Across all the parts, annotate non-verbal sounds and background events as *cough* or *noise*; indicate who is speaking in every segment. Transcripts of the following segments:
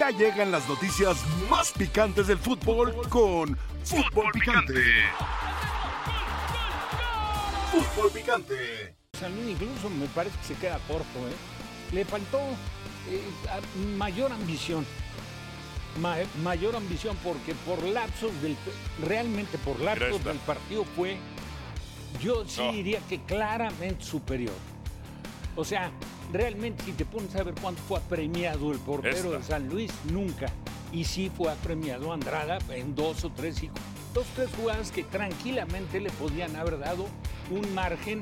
Speaker 1: Ya llegan las noticias más picantes del fútbol con Fútbol Picante. Eh, Fútbol Picante.
Speaker 2: San Luis incluso me parece que se queda corto, ¿eh? Le faltó eh, a- mayor ambición. Ma- mayor ambición porque por lapsos del realmente por lapsos
Speaker 3: Cresta.
Speaker 2: del partido fue yo sí
Speaker 3: No.
Speaker 2: diría que claramente superior. O sea, realmente si te pones a ver cuánto fue apremiado el portero
Speaker 3: Esta.
Speaker 2: de San Luis, nunca. Y sí fue apremiado Andrada en dos o tres, y- dos tres jugadas que tranquilamente le podían haber dado un margen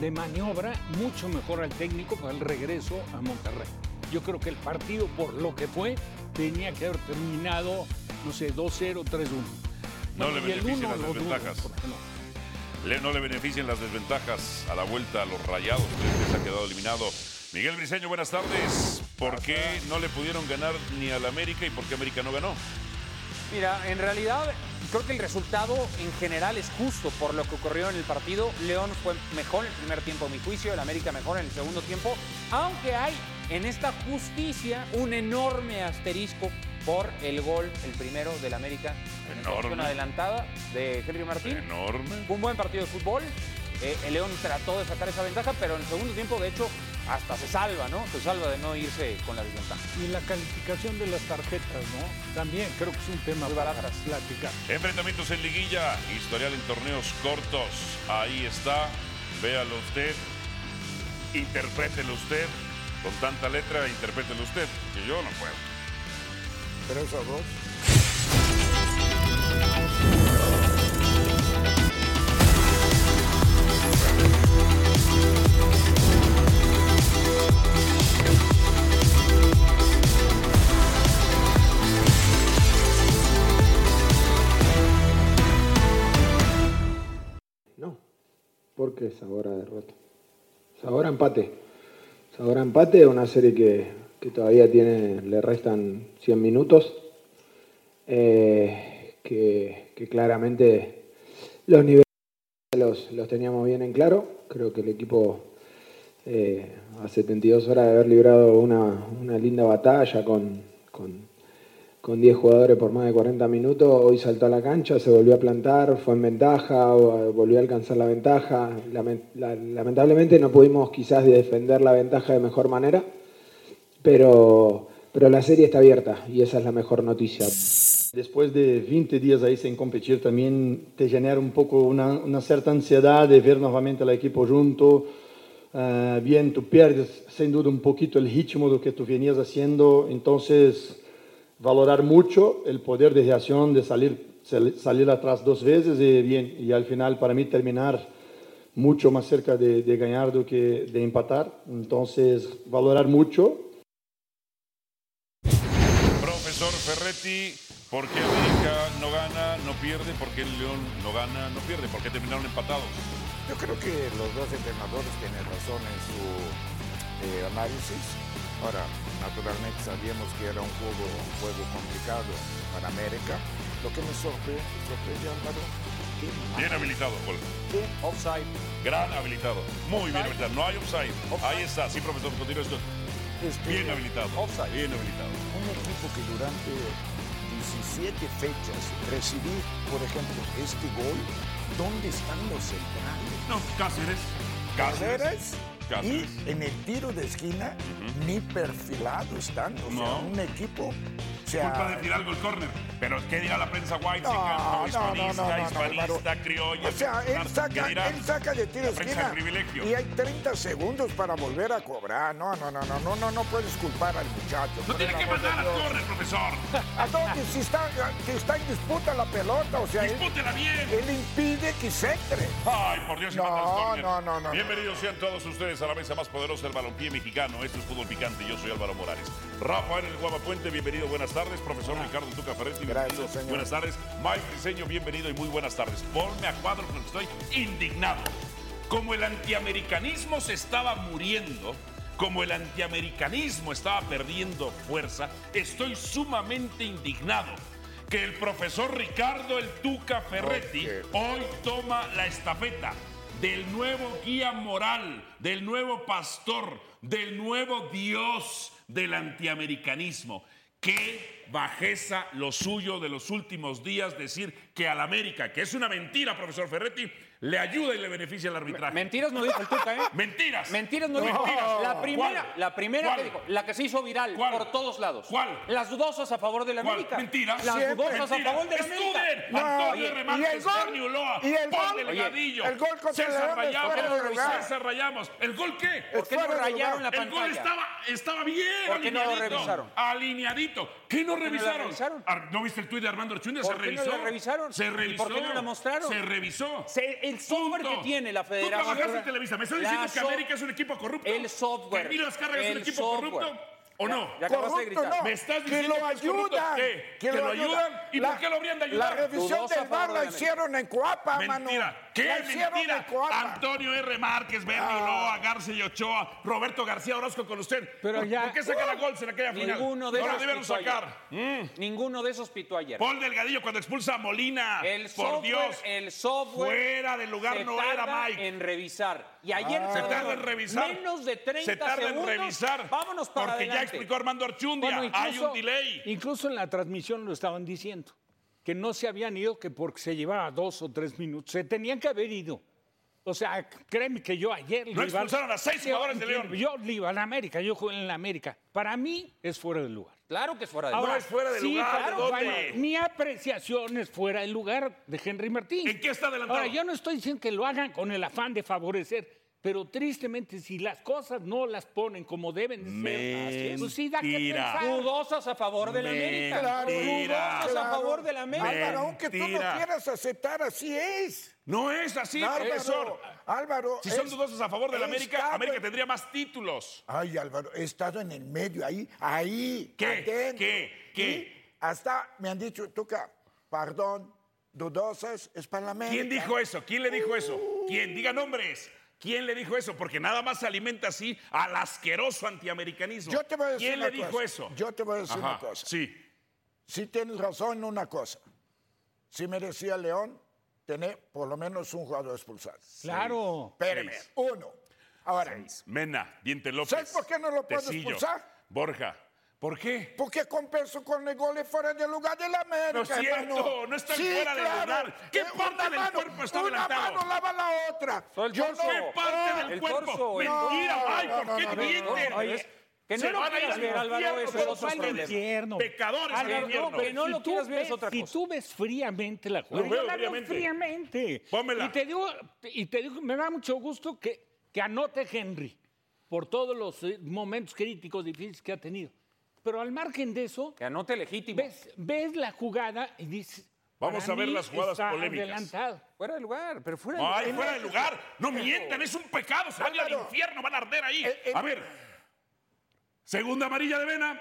Speaker 2: de maniobra mucho mejor al técnico para el regreso a Monterrey. Yo creo que el partido, por lo que fue, tenía que haber terminado, no sé, 2-0, 3-1.
Speaker 3: No le
Speaker 2: Y el
Speaker 3: benefician
Speaker 2: uno
Speaker 3: las
Speaker 2: lo dudo,
Speaker 3: desventajas.
Speaker 2: porque no.
Speaker 3: Le- no le benefician las desventajas a la vuelta a los rayados, que se ha quedado eliminado. Miguel Briseño, buenas tardes. ¿Por qué no le pudieron ganar ni al América y por qué América no ganó?
Speaker 4: Mira, en realidad creo que el resultado en general es justo por lo que ocurrió en el partido. León fue mejor en el primer tiempo, a mi juicio, el América mejor en el segundo tiempo, aunque hay en esta justicia un enorme asterisco por el gol, el primero del América, en esta
Speaker 3: Enorme.
Speaker 4: acción adelantada de Henry Martín.
Speaker 3: Enorme.
Speaker 4: Fue un buen partido de fútbol. Eh, el León trató de sacar esa ventaja, pero en el segundo tiempo, de hecho, hasta se salva, ¿no? Se salva de no irse con la desventaja.
Speaker 2: Y la calificación de las tarjetas, ¿no? También creo que es un tema
Speaker 4: Muy
Speaker 2: para
Speaker 4: baratas.
Speaker 2: platicar.
Speaker 3: Enfrentamientos en liguilla, historial en torneos cortos. Ahí está. Véalo usted. Interprételo usted. Con tanta letra, interprételo usted. Que yo no puedo.
Speaker 5: No, porque sabor a derrota. Sabor a empate. Sabor a empate, una serie que, que todavía tiene, le restan 100 minutos, eh, que, que claramente los niveles los, los teníamos bien en claro. Creo que el equipo eh, a 72 horas de haber librado una, una linda batalla con, con, con 10 jugadores por más de 40 minutos, hoy saltó a la cancha, se volvió a plantar, fue en ventaja, eh, volvió a alcanzar la ventaja. Lament- la- lamentablemente no pudimos quizás defender la ventaja de mejor manera, pero, pero la serie está abierta y esa es la mejor noticia.
Speaker 6: Después de 20 días ahí sin competir, también te genera un poco una, una cierta ansiedad de ver nuevamente al equipo junto. Ah, bien, tú pierdes sin duda un poquito el ritmo de lo que tú venías haciendo. Entonces, valorar mucho el poder de reacción, de salir, sal- salir atrás dos veces y bien. Y al final, para mí, terminar mucho más cerca de, de ganar do que de empatar. Entonces, valorar mucho
Speaker 3: Profesor Ferretti, ¿por qué América no gana, no pierde? ¿Por qué el León no gana, no pierde? ¿Por qué terminaron empatados?
Speaker 7: Yo creo que los dos entrenadores tienen razón en su eh, análisis. Ahora, naturalmente sabíamos que era un juego, un juego complicado para América. Lo que me sorpre- sorprende, Álvaro, que
Speaker 3: Bien habilitado, Paul.
Speaker 7: que offside
Speaker 3: Gran habilitado. Muy bien habilitado. No hay offside.
Speaker 7: Offside.
Speaker 3: Ahí está. Sí, profesor, continúa esto.
Speaker 7: este,
Speaker 3: Bien habilitado.
Speaker 7: Offside.
Speaker 3: Bien habilitado.
Speaker 7: Un equipo que durante 17 fechas recibí, por ejemplo, este gol, ¿dónde están los centrales?
Speaker 3: No, Cáceres. Cáceres.
Speaker 7: Cáceres.
Speaker 3: Cáceres.
Speaker 7: Y en el tiro de esquina ni perfilado están. O sea,
Speaker 3: No.
Speaker 7: un equipo. O sea,
Speaker 3: Culpa de Fidalgo el córner. Pero ¿qué dirá la prensa white?
Speaker 7: No, no, no, no, no, no,
Speaker 3: hispanista,
Speaker 7: Álvaro.
Speaker 3: criolla.
Speaker 7: o sea, él
Speaker 3: ¿qué
Speaker 7: saca,
Speaker 3: dirá?
Speaker 7: él saca de tiro
Speaker 3: La
Speaker 7: de
Speaker 3: prensa
Speaker 7: esquina.
Speaker 3: de privilegio.
Speaker 7: Y hay 30 segundos para volver a cobrar. No, no, no, no, no, no, no puedes culpar al muchacho.
Speaker 3: No
Speaker 7: por el
Speaker 3: tiene que
Speaker 7: amor de
Speaker 3: mandar al
Speaker 7: Dios.
Speaker 3: córner, profesor.
Speaker 7: ¿A dónde si está, que está en disputa la pelota? O sea, él,
Speaker 3: Dispútela bien.
Speaker 7: él impide que se entre.
Speaker 3: Ay, por Dios, se
Speaker 7: No,
Speaker 3: mata el córner.
Speaker 7: no, no, no, no.
Speaker 3: Bienvenidos sean todos ustedes a la mesa más poderosa del balompié mexicano. Esto es Fútbol Picante. Yo soy Álvaro Morales. Rafael El Guapapuente, bienvenido, buenas tardes. Profesor Ricardo Tuca Ferretti,
Speaker 7: Ah. Gracias,
Speaker 3: bienvenido,
Speaker 7: señor.
Speaker 3: buenas tardes. Mike Briseño, bienvenido y muy buenas tardes. Ponme a cuadro porque estoy indignado. Como el antiamericanismo se estaba muriendo, como el antiamericanismo estaba perdiendo fuerza, estoy sumamente indignado. Que el profesor Ricardo El Tuca Ferretti
Speaker 7: Ok.
Speaker 3: hoy toma la estafeta del nuevo guía moral, del nuevo pastor, del nuevo Dios del antiamericanismo. Qué bajeza lo suyo de los últimos días decir que al América, que es una mentira, profesor Ferretti, le ayuda y le beneficia el arbitraje.
Speaker 4: Mentiras no dijo el Tuca, ¿eh?
Speaker 3: Mentiras.
Speaker 4: Mentiras no dijo.
Speaker 3: Mentiras.
Speaker 4: La primera,
Speaker 3: ¿Cuál?
Speaker 4: la primera
Speaker 3: ¿Cuál?
Speaker 4: que dijo, la que se hizo viral
Speaker 3: ¿Cuál?
Speaker 4: por todos lados.
Speaker 3: ¿Cuál?
Speaker 4: Las dudosas a favor de la
Speaker 3: ¿Cuál?
Speaker 4: América.
Speaker 3: Mentiras.
Speaker 4: Las
Speaker 3: Siempre.
Speaker 4: dudosas a
Speaker 3: Mentiras.
Speaker 4: favor de la América.
Speaker 3: Estuden.
Speaker 4: No,
Speaker 3: Antonio
Speaker 4: oye,
Speaker 3: Remantes,
Speaker 7: ¿y el gol?
Speaker 3: Bernie Uloa,
Speaker 7: ¿Y el
Speaker 3: Paul
Speaker 7: gol?
Speaker 3: Delgadillo,
Speaker 7: Oye, el gol contra
Speaker 3: César
Speaker 7: Leones
Speaker 3: Rayamos,
Speaker 7: fuera de lugar.
Speaker 3: César Rayamos. ¿El gol qué?
Speaker 4: ¿Por qué no
Speaker 7: Fuera de
Speaker 4: rayaron la
Speaker 7: lugar.
Speaker 3: El gol
Speaker 4: pantalla?
Speaker 3: estaba, estaba bien
Speaker 4: ¿Por qué no lo
Speaker 3: alineadito.
Speaker 4: revisaron?
Speaker 3: Alineadito. ¿Qué no
Speaker 4: la
Speaker 3: revisaron?
Speaker 4: revisaron?
Speaker 3: Ar- ¿No viste el tuit de Armando Archundia?
Speaker 4: ¿Por
Speaker 3: se
Speaker 4: qué no
Speaker 3: revisó.
Speaker 4: la revisaron? ¿Y
Speaker 3: Se
Speaker 4: por
Speaker 3: revisó.
Speaker 4: qué no la mostraron?
Speaker 3: Se revisó.
Speaker 4: Se- el software
Speaker 3: Punto.
Speaker 4: que tiene la
Speaker 3: Tú
Speaker 4: federación.
Speaker 3: trabajaste en Televisa. ¿Me estás diciendo
Speaker 4: La
Speaker 3: que
Speaker 4: so-
Speaker 3: América es un equipo corrupto?
Speaker 4: El software.
Speaker 3: ¿Que Emilio Azcárraga es un
Speaker 4: El
Speaker 3: equipo
Speaker 4: software.
Speaker 3: corrupto? ¿O no?
Speaker 4: Ya acabaste de
Speaker 7: Corrupto,
Speaker 4: gritar.
Speaker 7: no.
Speaker 3: ¿Me estás
Speaker 7: que
Speaker 3: diciendo
Speaker 7: lo
Speaker 3: que es corrupto?
Speaker 7: ayudan.
Speaker 3: ¿Qué? ¿Que lo ayudan? ¿Y por qué lo habrían de ayudar?
Speaker 7: La revisión
Speaker 4: Dudosa
Speaker 7: del
Speaker 4: favor
Speaker 7: bar
Speaker 4: de
Speaker 7: la
Speaker 4: la América.
Speaker 7: hicieron en Coapa, mano.
Speaker 3: Mentira. ¿Qué
Speaker 7: La hicieron Ah. en
Speaker 3: mentira?
Speaker 7: Coapa.
Speaker 3: Antonio R. Márquez, Bernie Loa, Garza y Ochoa, Roberto García Orozco con usted.
Speaker 2: Pero
Speaker 3: ¿Por,
Speaker 2: ya-
Speaker 3: ¿Por qué sacan a Golds en aquella final?
Speaker 4: Ninguno de
Speaker 3: no lo
Speaker 4: esos
Speaker 3: debieron
Speaker 4: pitó ayer. Mm.
Speaker 3: sacar.
Speaker 4: Ninguno de esos pitó ayer.
Speaker 3: Paul Delgadillo cuando expulsa a Molina.
Speaker 4: El
Speaker 3: Por
Speaker 4: software,
Speaker 3: Dios.
Speaker 4: el software
Speaker 3: Fuera de lugar
Speaker 4: se
Speaker 3: no era,
Speaker 4: tarda
Speaker 3: Mike. Ah.
Speaker 4: En revisar. Y ayer
Speaker 3: Se
Speaker 4: tardó
Speaker 3: tarda en revisar.
Speaker 4: Menos de 30
Speaker 3: Se tarda
Speaker 4: segundos.
Speaker 3: en revisar.
Speaker 4: Vámonos para
Speaker 3: Porque ya
Speaker 4: adelante.
Speaker 3: explicó Armando Archundia.
Speaker 2: Bueno,
Speaker 3: hay un delay.
Speaker 2: Incluso en la transmisión lo estaban diciendo, que no se habían ido, que porque se llevaba dos o tres minutos, se tenían que haber ido. O sea, créeme que yo ayer...
Speaker 3: No
Speaker 2: le iba-
Speaker 3: expulsaron a seis jugadores de León.
Speaker 2: Yo le iba a la América, yo jugué en la América. Para mí es fuera de lugar.
Speaker 4: Claro que es fuera de
Speaker 3: Ahora
Speaker 4: lugar.
Speaker 3: es fuera de
Speaker 2: sí,
Speaker 3: lugar.
Speaker 2: claro,
Speaker 3: ¿de
Speaker 2: bueno,
Speaker 3: dónde?
Speaker 2: mi apreciación es fuera de lugar de Henry Martín.
Speaker 3: ¿En qué está adelantado?
Speaker 2: Ahora, yo no estoy diciendo que lo hagan con el afán de favorecer, pero tristemente, si las cosas no las ponen como deben de ser, así es, pues sí da que
Speaker 3: Mentira.
Speaker 2: pensar.
Speaker 4: Dudosas a favor de la América.
Speaker 3: Claro, Mentira.
Speaker 4: Dudosas a favor de la América.
Speaker 3: Mentira.
Speaker 7: Álvaro, aunque tú no quieras aceptar, así es.
Speaker 3: No es así,
Speaker 7: Álvaro,
Speaker 3: profesor.
Speaker 7: Álvaro.
Speaker 3: Si son
Speaker 7: es-
Speaker 3: dudosos a favor de la
Speaker 7: he
Speaker 3: América,
Speaker 7: estado
Speaker 3: América
Speaker 7: en-
Speaker 3: tendría más títulos.
Speaker 7: Ay, Álvaro, he estado en el medio, ahí, ahí.
Speaker 3: ¿Qué?
Speaker 7: adentro.
Speaker 3: ¿Qué? ¿Qué?
Speaker 7: Y hasta me han dicho, Tuca, perdón, dudosas es para la América.
Speaker 3: ¿Quién dijo eso? ¿Quién le dijo eso? ¿Quién? Diga nombres. ¿Quién le dijo eso? Porque nada más se alimenta así al asqueroso antiamericanismo.
Speaker 7: Yo te voy a decir
Speaker 3: ¿Quién
Speaker 7: una
Speaker 3: le dijo
Speaker 7: cosa.
Speaker 3: eso?
Speaker 7: Yo te voy a decir
Speaker 3: Ajá,
Speaker 7: una cosa.
Speaker 3: Sí.
Speaker 7: Sí tienes razón en una cosa. Sí merecía León tener por lo menos un jugador expulsado.
Speaker 2: Claro.
Speaker 7: Espérame,
Speaker 3: Seis.
Speaker 7: uno. Ahora,
Speaker 3: Mena, Diente López.
Speaker 7: ¿Sabes por qué no lo puedo
Speaker 3: Tecillo,
Speaker 7: expulsar?
Speaker 3: Borja. ¿Por qué?
Speaker 7: ¿por qué compenso con el gol fuera del lugar del América?
Speaker 3: No es cierto,
Speaker 7: hermano?
Speaker 3: no están
Speaker 7: Sí,
Speaker 3: fuera de
Speaker 7: claro.
Speaker 3: lugar. ¿Qué
Speaker 7: Eh,
Speaker 3: parte
Speaker 7: una
Speaker 3: del
Speaker 7: mano-
Speaker 3: cuerpo está
Speaker 7: Una
Speaker 3: adelantado?
Speaker 7: mano lava la otra.
Speaker 4: Soy el
Speaker 7: Yo
Speaker 4: torso.
Speaker 3: ¿Qué
Speaker 7: no... Ah.
Speaker 4: Oh,
Speaker 3: parte del
Speaker 4: el
Speaker 3: cuerpo?
Speaker 4: torso, el
Speaker 3: Mentira,
Speaker 7: torso.
Speaker 3: ay,
Speaker 7: No,
Speaker 3: ¿por
Speaker 7: no,
Speaker 3: qué
Speaker 7: no, no,
Speaker 3: diente?
Speaker 4: no, oye, que no
Speaker 3: Se
Speaker 4: lo
Speaker 3: van a ir
Speaker 4: quieras
Speaker 3: al
Speaker 4: ver, Álvaro,
Speaker 3: infierno
Speaker 4: eso es
Speaker 3: todos
Speaker 4: otro
Speaker 3: ustedes.
Speaker 4: problema.
Speaker 2: Infierno.
Speaker 3: Pecadores del
Speaker 4: Álvaro, no,
Speaker 3: infierno.
Speaker 4: que no lo
Speaker 2: tú
Speaker 4: quieras ver es
Speaker 2: ves-
Speaker 4: otra
Speaker 2: Si
Speaker 4: cosa.
Speaker 2: tú ves fríamente la jugada,
Speaker 3: Lo veo
Speaker 2: yo la veo
Speaker 3: fríamente.
Speaker 2: fríamente.
Speaker 3: Pónmela.
Speaker 2: Y te digo, y te digo, me da mucho gusto que, que anote Henry por todos los eh, momentos críticos difíciles que ha tenido. Pero al margen de eso,
Speaker 4: Que anote legítimo.
Speaker 2: ves, ves la jugada y dices.
Speaker 3: Vamos
Speaker 2: para
Speaker 3: a ver
Speaker 2: mí
Speaker 3: las jugadas
Speaker 2: está
Speaker 3: polémicas.
Speaker 2: adelantado.
Speaker 4: Fuera de lugar, pero fuera de lugar.
Speaker 3: Ay, fuera de lugar. No mientan, es un pecado. Se van a ir al
Speaker 7: Álvaro.
Speaker 3: infierno, van a arder ahí.
Speaker 7: Eh, eh.
Speaker 3: A ver. Segunda amarilla de Vena.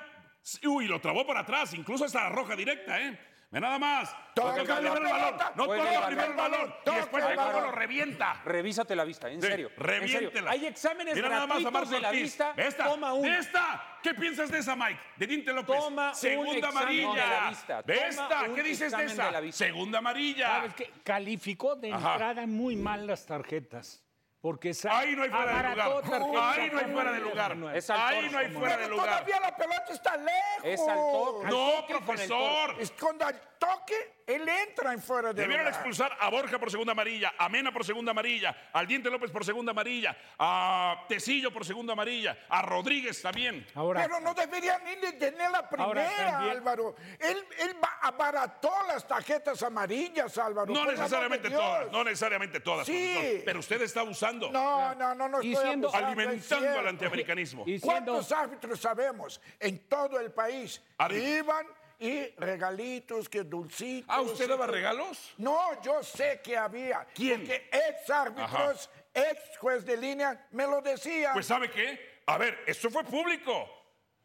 Speaker 3: Uy, lo trabó por atrás. Incluso hasta la roja directa, ¿eh? Ve nada más.
Speaker 7: Toca
Speaker 3: Toca
Speaker 7: la
Speaker 3: primero el balón.
Speaker 7: pelota.
Speaker 3: No
Speaker 4: Vuelve
Speaker 3: toca
Speaker 4: el
Speaker 3: primero el
Speaker 7: balón.
Speaker 3: balón. Y
Speaker 7: Toca
Speaker 3: después
Speaker 7: el
Speaker 3: el cuerpo
Speaker 7: balón.
Speaker 3: lo revienta.
Speaker 4: Revísate la vista, en
Speaker 3: Sí,
Speaker 4: serio. en serio.
Speaker 3: Reviéntela.
Speaker 4: Hay exámenes
Speaker 3: Mira nada más a
Speaker 4: gratuitos
Speaker 3: Marco
Speaker 4: de la
Speaker 3: Ortiz.
Speaker 4: vista.
Speaker 3: Ve esta,
Speaker 4: Toma uno.
Speaker 3: ve esta. ¿Qué piensas de esa, Mike? De Dinte López.
Speaker 4: Toma un
Speaker 3: Segunda
Speaker 4: examen
Speaker 3: amarilla.
Speaker 4: de la vista.
Speaker 3: Ve
Speaker 4: Toma
Speaker 3: esta.
Speaker 4: un
Speaker 3: ¿Qué dices de
Speaker 4: examen
Speaker 3: esa?
Speaker 4: de la vista.
Speaker 3: Segunda amarilla.
Speaker 2: ¿Sabes qué? Calificó de
Speaker 3: Ajá.
Speaker 2: entrada muy mal las tarjetas. Porque sa-
Speaker 3: Ahí no hay fuera de
Speaker 2: abarató
Speaker 3: lugar.
Speaker 2: tarjetas.
Speaker 3: Ahí no hay fuera de lugar.
Speaker 4: Es al
Speaker 3: Ahí
Speaker 4: torso,
Speaker 3: no hay
Speaker 4: ¿no?
Speaker 3: fuera de
Speaker 7: Pero
Speaker 3: lugar.
Speaker 7: todavía la pelota está lejos.
Speaker 4: Es al toque.
Speaker 3: No,
Speaker 4: Al toque con el
Speaker 3: profesor.
Speaker 7: Es cuando al toque, él entra en fuera de
Speaker 3: Debieron
Speaker 7: lugar.
Speaker 3: expulsar a Borja por segunda amarilla, a Mena por segunda amarilla, al Diente López por segunda amarilla, a Tecillo por segunda amarilla, a Rodríguez también.
Speaker 2: Ahora,
Speaker 7: Pero no debería ni de tener la
Speaker 2: Ahora
Speaker 7: primera,
Speaker 2: también-
Speaker 7: Álvaro. Él, él ba- abarató las tarjetas amarillas, Álvaro. Pues,
Speaker 3: No
Speaker 7: por el
Speaker 3: necesariamente
Speaker 7: amor de
Speaker 3: todas,
Speaker 7: Dios.
Speaker 3: no necesariamente todas.
Speaker 7: Sí.
Speaker 3: profesor, Pero usted está abusando,
Speaker 7: No, no, no, no
Speaker 2: Y
Speaker 7: estoy abusando,
Speaker 2: siendo-
Speaker 7: es
Speaker 3: alimentando
Speaker 7: cierto.
Speaker 3: al antiamericanismo.
Speaker 2: y siendo-
Speaker 7: ¿Cuántos árbitros sabemos en todo el país
Speaker 3: Árbitros.
Speaker 7: que iban y regalitos, que dulcitos?
Speaker 3: Ah, ¿usted daba regalos?
Speaker 7: No, yo sé que había.
Speaker 3: ¿Quién?
Speaker 7: Porque ex árbitros, ex juez de línea, me lo decían.
Speaker 3: Pues ¿sabe qué? A ver, eso fue público.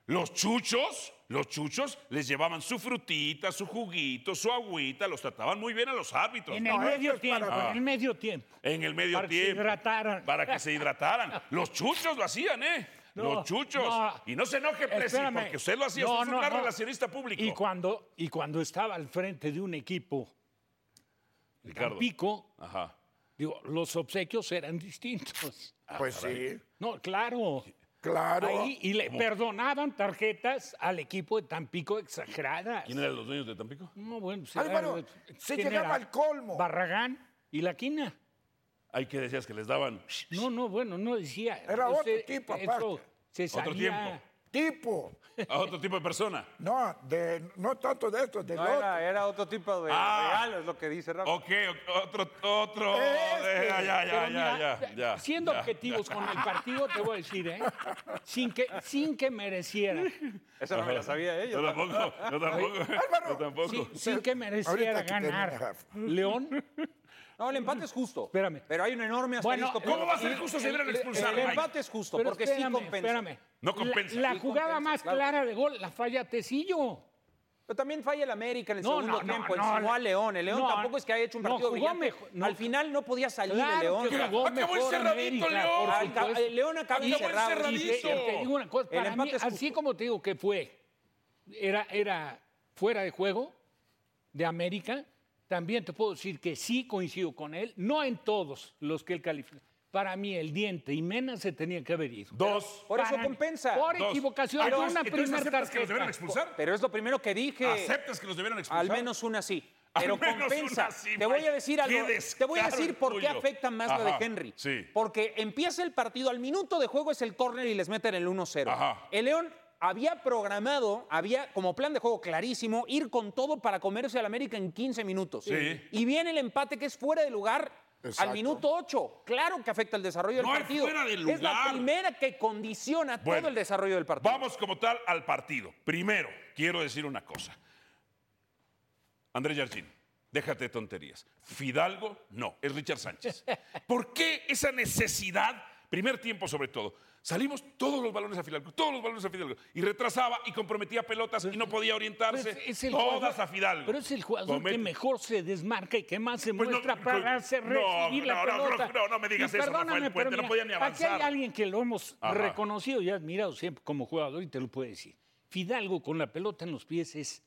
Speaker 3: Los chuchos, los chuchos les llevaban su frutita, su juguito, su agüita, los trataban muy bien a los árbitros.
Speaker 2: en el
Speaker 7: No, esto
Speaker 2: medio
Speaker 7: es para-
Speaker 2: tiempo, en
Speaker 3: Ah.
Speaker 2: el medio tiempo.
Speaker 3: En el medio
Speaker 2: Para que se
Speaker 3: tiempo.
Speaker 2: hidrataran.
Speaker 3: Para que se
Speaker 2: *laughs*
Speaker 3: hidrataran. Los chuchos lo hacían, ¿eh?
Speaker 2: No,
Speaker 3: los chuchos.
Speaker 2: no.
Speaker 3: y no se enoje, Presi,
Speaker 2: Espérame.
Speaker 3: porque usted lo hacía.
Speaker 2: No,
Speaker 3: usted es un
Speaker 2: no,
Speaker 3: gran
Speaker 2: no.
Speaker 3: relacionista público.
Speaker 2: Y cuando, y cuando estaba al frente de un equipo,
Speaker 3: Ricardo.
Speaker 2: pico,
Speaker 3: Ajá. Ah,
Speaker 2: digo, los obsequios eran distintos.
Speaker 7: Pues sí.
Speaker 2: No, claro.
Speaker 7: Claro.
Speaker 2: Ahí, y le perdonaban tarjetas al equipo de Tampico exageradas.
Speaker 3: ¿Quién eran los dueños de Tampico?
Speaker 2: No, bueno, pues,
Speaker 7: Álvaro,
Speaker 2: era-
Speaker 7: se
Speaker 2: ¿quién
Speaker 7: llegaba
Speaker 2: era?
Speaker 7: al colmo.
Speaker 2: Barragán y la quina.
Speaker 3: Hay que decías que les daban.
Speaker 2: No, no, bueno, no decía.
Speaker 7: Era otro tipo,
Speaker 2: eso
Speaker 7: aparte.
Speaker 2: Se
Speaker 3: Otro
Speaker 2: sabía.
Speaker 3: tiempo.
Speaker 7: Tipo.
Speaker 3: a otro tipo de persona.
Speaker 7: No, de, no tanto de esto, del
Speaker 4: No,
Speaker 7: otro.
Speaker 4: era, era otro tipo de
Speaker 3: Ah.
Speaker 4: regalo, es lo que dice Rafa.
Speaker 3: Ok, o- otro, otro. Eh,
Speaker 7: Este.
Speaker 3: Ya, ya,
Speaker 2: Eh, Pero
Speaker 3: ya,
Speaker 2: mira,
Speaker 3: ya, ya, ya.
Speaker 2: siendo
Speaker 3: ya.
Speaker 2: objetivos con el partido, te voy a decir, ¿eh? Sin que, sin que mereciera.
Speaker 4: Esa no me la sabía ¿eh?
Speaker 3: Yo
Speaker 4: ella.
Speaker 3: tampoco, yo tampoco. Yo tampoco.
Speaker 2: sin, sin que mereciera
Speaker 7: Ahorita que
Speaker 2: ganar. León,
Speaker 4: *laughs* No, el empate es justo.
Speaker 2: Espérame.
Speaker 4: Pero hay un enorme
Speaker 2: Bueno,
Speaker 4: asterisco.
Speaker 3: ¿Cómo
Speaker 4: pero-
Speaker 3: va a ser justo si dieron a expulsar?
Speaker 4: El
Speaker 3: Mike?
Speaker 4: empate es justo,
Speaker 2: pero
Speaker 4: porque
Speaker 2: espérame,
Speaker 4: sí compensa.
Speaker 2: espérame.
Speaker 3: No compensa.
Speaker 2: La, la
Speaker 4: Sí
Speaker 2: jugada
Speaker 4: compensa,
Speaker 2: más
Speaker 4: claro.
Speaker 2: clara de gol la falla Tecillo.
Speaker 4: Pero también falla el América en el
Speaker 2: No,
Speaker 4: segundo
Speaker 2: no, no,
Speaker 4: tiempo.
Speaker 2: no,
Speaker 4: Encimó
Speaker 2: no.
Speaker 4: a León. El León
Speaker 2: No,
Speaker 4: tampoco es que haya hecho un
Speaker 2: no,
Speaker 4: partido
Speaker 2: jugó
Speaker 4: brillante.
Speaker 2: mejor- no.
Speaker 4: Al final no podía salir el León.
Speaker 3: Ah,
Speaker 2: que jugó
Speaker 3: Acabó
Speaker 2: mejor
Speaker 3: encerradito,
Speaker 2: América,
Speaker 3: León.
Speaker 2: por
Speaker 4: Al-
Speaker 2: supuesto.
Speaker 4: el León acaba
Speaker 3: Acabó
Speaker 4: encerrado.
Speaker 2: Y
Speaker 3: encerradito.
Speaker 2: te,
Speaker 4: Sí, sí,
Speaker 2: te digo una cosa,
Speaker 4: El
Speaker 2: para mí,
Speaker 4: empate es
Speaker 2: así
Speaker 4: justo.
Speaker 2: como te digo que fue, era, era fuera de juego de América, también te puedo decir que sí coincido con él, no en todos los que él califica. Para mí, el diente y Mena se tenían que haber ido.
Speaker 3: Dos.
Speaker 4: Por eso
Speaker 2: Para mí,
Speaker 4: compensa.
Speaker 2: Por
Speaker 3: dos.
Speaker 2: equivocación,
Speaker 3: Ah,
Speaker 2: de
Speaker 3: entonces-
Speaker 2: una
Speaker 3: entonces
Speaker 2: primera
Speaker 3: aceptas que los debieran
Speaker 2: tarjeta.
Speaker 3: expulsar?
Speaker 4: Pero es lo primero que dije.
Speaker 3: ¿Aceptas que los debieran expulsar?
Speaker 4: Al menos una sí.
Speaker 3: Al
Speaker 4: Pero
Speaker 3: menos
Speaker 4: compensa.
Speaker 3: una sí,
Speaker 4: te voy
Speaker 3: Mike.
Speaker 4: a decir algo.
Speaker 3: Qué
Speaker 4: Te voy a
Speaker 3: descaro
Speaker 4: decir por qué
Speaker 3: tuyo.
Speaker 4: afecta más la
Speaker 3: Ajá,
Speaker 4: de Henry.
Speaker 3: sí.
Speaker 4: Porque empieza el partido, al minuto de juego es el córner y les meten el 1-0.
Speaker 3: Ajá.
Speaker 4: El León había programado, había como plan de juego clarísimo, ir con todo para comerse al América en 15 minutos.
Speaker 3: Sí.
Speaker 4: Y viene el empate que es fuera de lugar.
Speaker 7: Exacto.
Speaker 4: Al minuto 8, claro que afecta el desarrollo del
Speaker 3: No es
Speaker 4: partido.
Speaker 3: fuera de
Speaker 4: Es la
Speaker 3: lugar.
Speaker 4: primera que condiciona
Speaker 3: Bueno,
Speaker 4: todo el desarrollo del partido.
Speaker 3: Vamos como tal al partido. Primero, quiero decir una cosa. Andrés Yarcín, déjate de tonterías. Fidalgo, no, es Richard Sánchez. ¿Por qué esa necesidad? Primer tiempo sobre todo. Salimos todos los balones a Fidalgo, todos los balones a Fidalgo. Y retrasaba y comprometía pelotas y no podía
Speaker 2: Pero
Speaker 3: orientarse.
Speaker 2: es- Pues es el
Speaker 3: todas
Speaker 2: jugador-
Speaker 3: a Fidalgo.
Speaker 2: Pero es el jugador
Speaker 3: Comete-
Speaker 2: que mejor se desmarca y que más se
Speaker 3: Pues no,
Speaker 2: muestra para
Speaker 3: pues,
Speaker 2: hacer
Speaker 3: no,
Speaker 2: recibir la
Speaker 3: no, no,
Speaker 2: pelota.
Speaker 3: no, no, no me digas
Speaker 2: Y
Speaker 3: eso, Rafael
Speaker 2: perdóname,
Speaker 3: Puente,
Speaker 2: pero
Speaker 3: no podía ni
Speaker 2: mira, Aquí hay
Speaker 3: avanzar.
Speaker 2: alguien que lo hemos
Speaker 3: Ajá.
Speaker 2: reconocido y admirado siempre como jugador y te lo puede decir. Fidalgo con la pelota en los pies es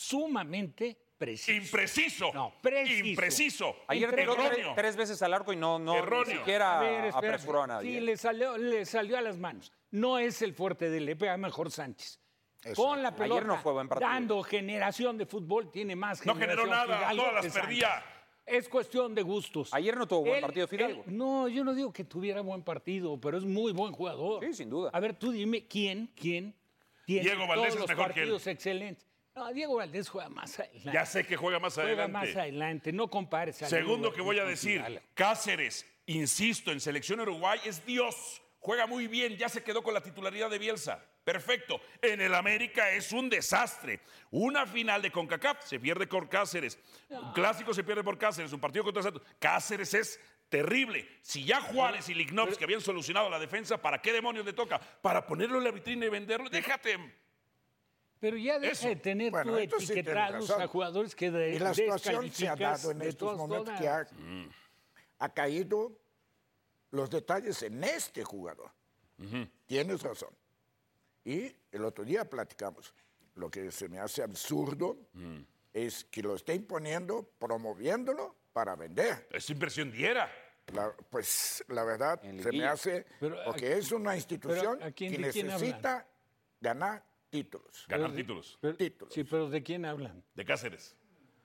Speaker 2: sumamente preciso.
Speaker 3: Impreciso.
Speaker 2: No, preciso.
Speaker 3: Impreciso.
Speaker 4: Ayer tiró tre-
Speaker 3: Erróneo.
Speaker 4: tres, veces al arco y no, no ni
Speaker 3: Erróneo.
Speaker 4: siquiera
Speaker 2: A ver, espérame.
Speaker 4: apresuró a nadie.
Speaker 2: Sí, le salió, le salió a las manos. No es el fuerte del EPA, mejor Sánchez. Con la
Speaker 4: Ayer
Speaker 2: pelota,
Speaker 4: no fue buen partido.
Speaker 2: dando generación de fútbol, tiene más
Speaker 3: No generó
Speaker 2: generación
Speaker 3: nada,
Speaker 2: Fidalgo
Speaker 3: todas las
Speaker 2: que Sánchez.
Speaker 3: perdía.
Speaker 2: Es cuestión de gustos.
Speaker 4: Ayer no tuvo buen
Speaker 2: Él-
Speaker 4: partido Fidalgo.
Speaker 2: él- no, yo no digo que tuviera buen partido, pero es muy buen jugador.
Speaker 4: Sí, sin duda.
Speaker 2: A ver, tú dime quién, quién tiene
Speaker 3: Diego Valdés
Speaker 2: todos
Speaker 3: es
Speaker 2: los
Speaker 3: mejor que él.
Speaker 2: partidos excelentes. No, Diego Valdés juega más adelante.
Speaker 3: Ya sé que juega más
Speaker 2: Juega
Speaker 3: adelante.
Speaker 2: más adelante, no compares a
Speaker 3: Segundo
Speaker 2: Diego
Speaker 3: que voy a
Speaker 2: con
Speaker 3: decir,
Speaker 2: Fidalgo.
Speaker 3: Cáceres, insisto, en selección Uruguay es Dios. Juega muy bien, ya se quedó con la titularidad de Bielsa. Perfecto. En el América es un desastre. Una final de CONCACAF se pierde por Cáceres. Un clásico se pierde por Cáceres. Un partido contra Santos. Cáceres es terrible. Si ya Juárez y Lignops que habían solucionado la defensa, ¿para qué demonios le toca? ¿Para ponerlo en la vitrina y venderlo? Déjate.
Speaker 2: Pero ya deja
Speaker 3: Eso.
Speaker 2: de tener
Speaker 7: Bueno,
Speaker 2: tú
Speaker 7: esto sí tienes
Speaker 2: etiquetados
Speaker 7: razón.
Speaker 2: a jugadores que de,
Speaker 7: Y la situación se ha
Speaker 2: descalificas
Speaker 7: dado en
Speaker 2: de
Speaker 7: estos
Speaker 2: todas,
Speaker 7: momentos
Speaker 2: todas.
Speaker 7: que ha, ha caído los detalles en este jugador. Tienes razón. Y el otro día platicamos. Lo que se me hace absurdo
Speaker 3: Mm.
Speaker 7: es que lo esté imponiendo, promoviéndolo para vender.
Speaker 3: Es inversión diera.
Speaker 7: La- pues la verdad se me
Speaker 4: liguilla.
Speaker 7: hace
Speaker 2: Pero,
Speaker 7: porque
Speaker 2: ¿a-
Speaker 7: es una institución
Speaker 2: pero, ¿a quién-
Speaker 7: que
Speaker 2: de quién hablan?
Speaker 7: necesita ganar títulos.
Speaker 3: Ganar títulos.
Speaker 2: Pero-
Speaker 7: Títulos.
Speaker 2: Sí, pero ¿de quién hablan?
Speaker 3: De Cáceres.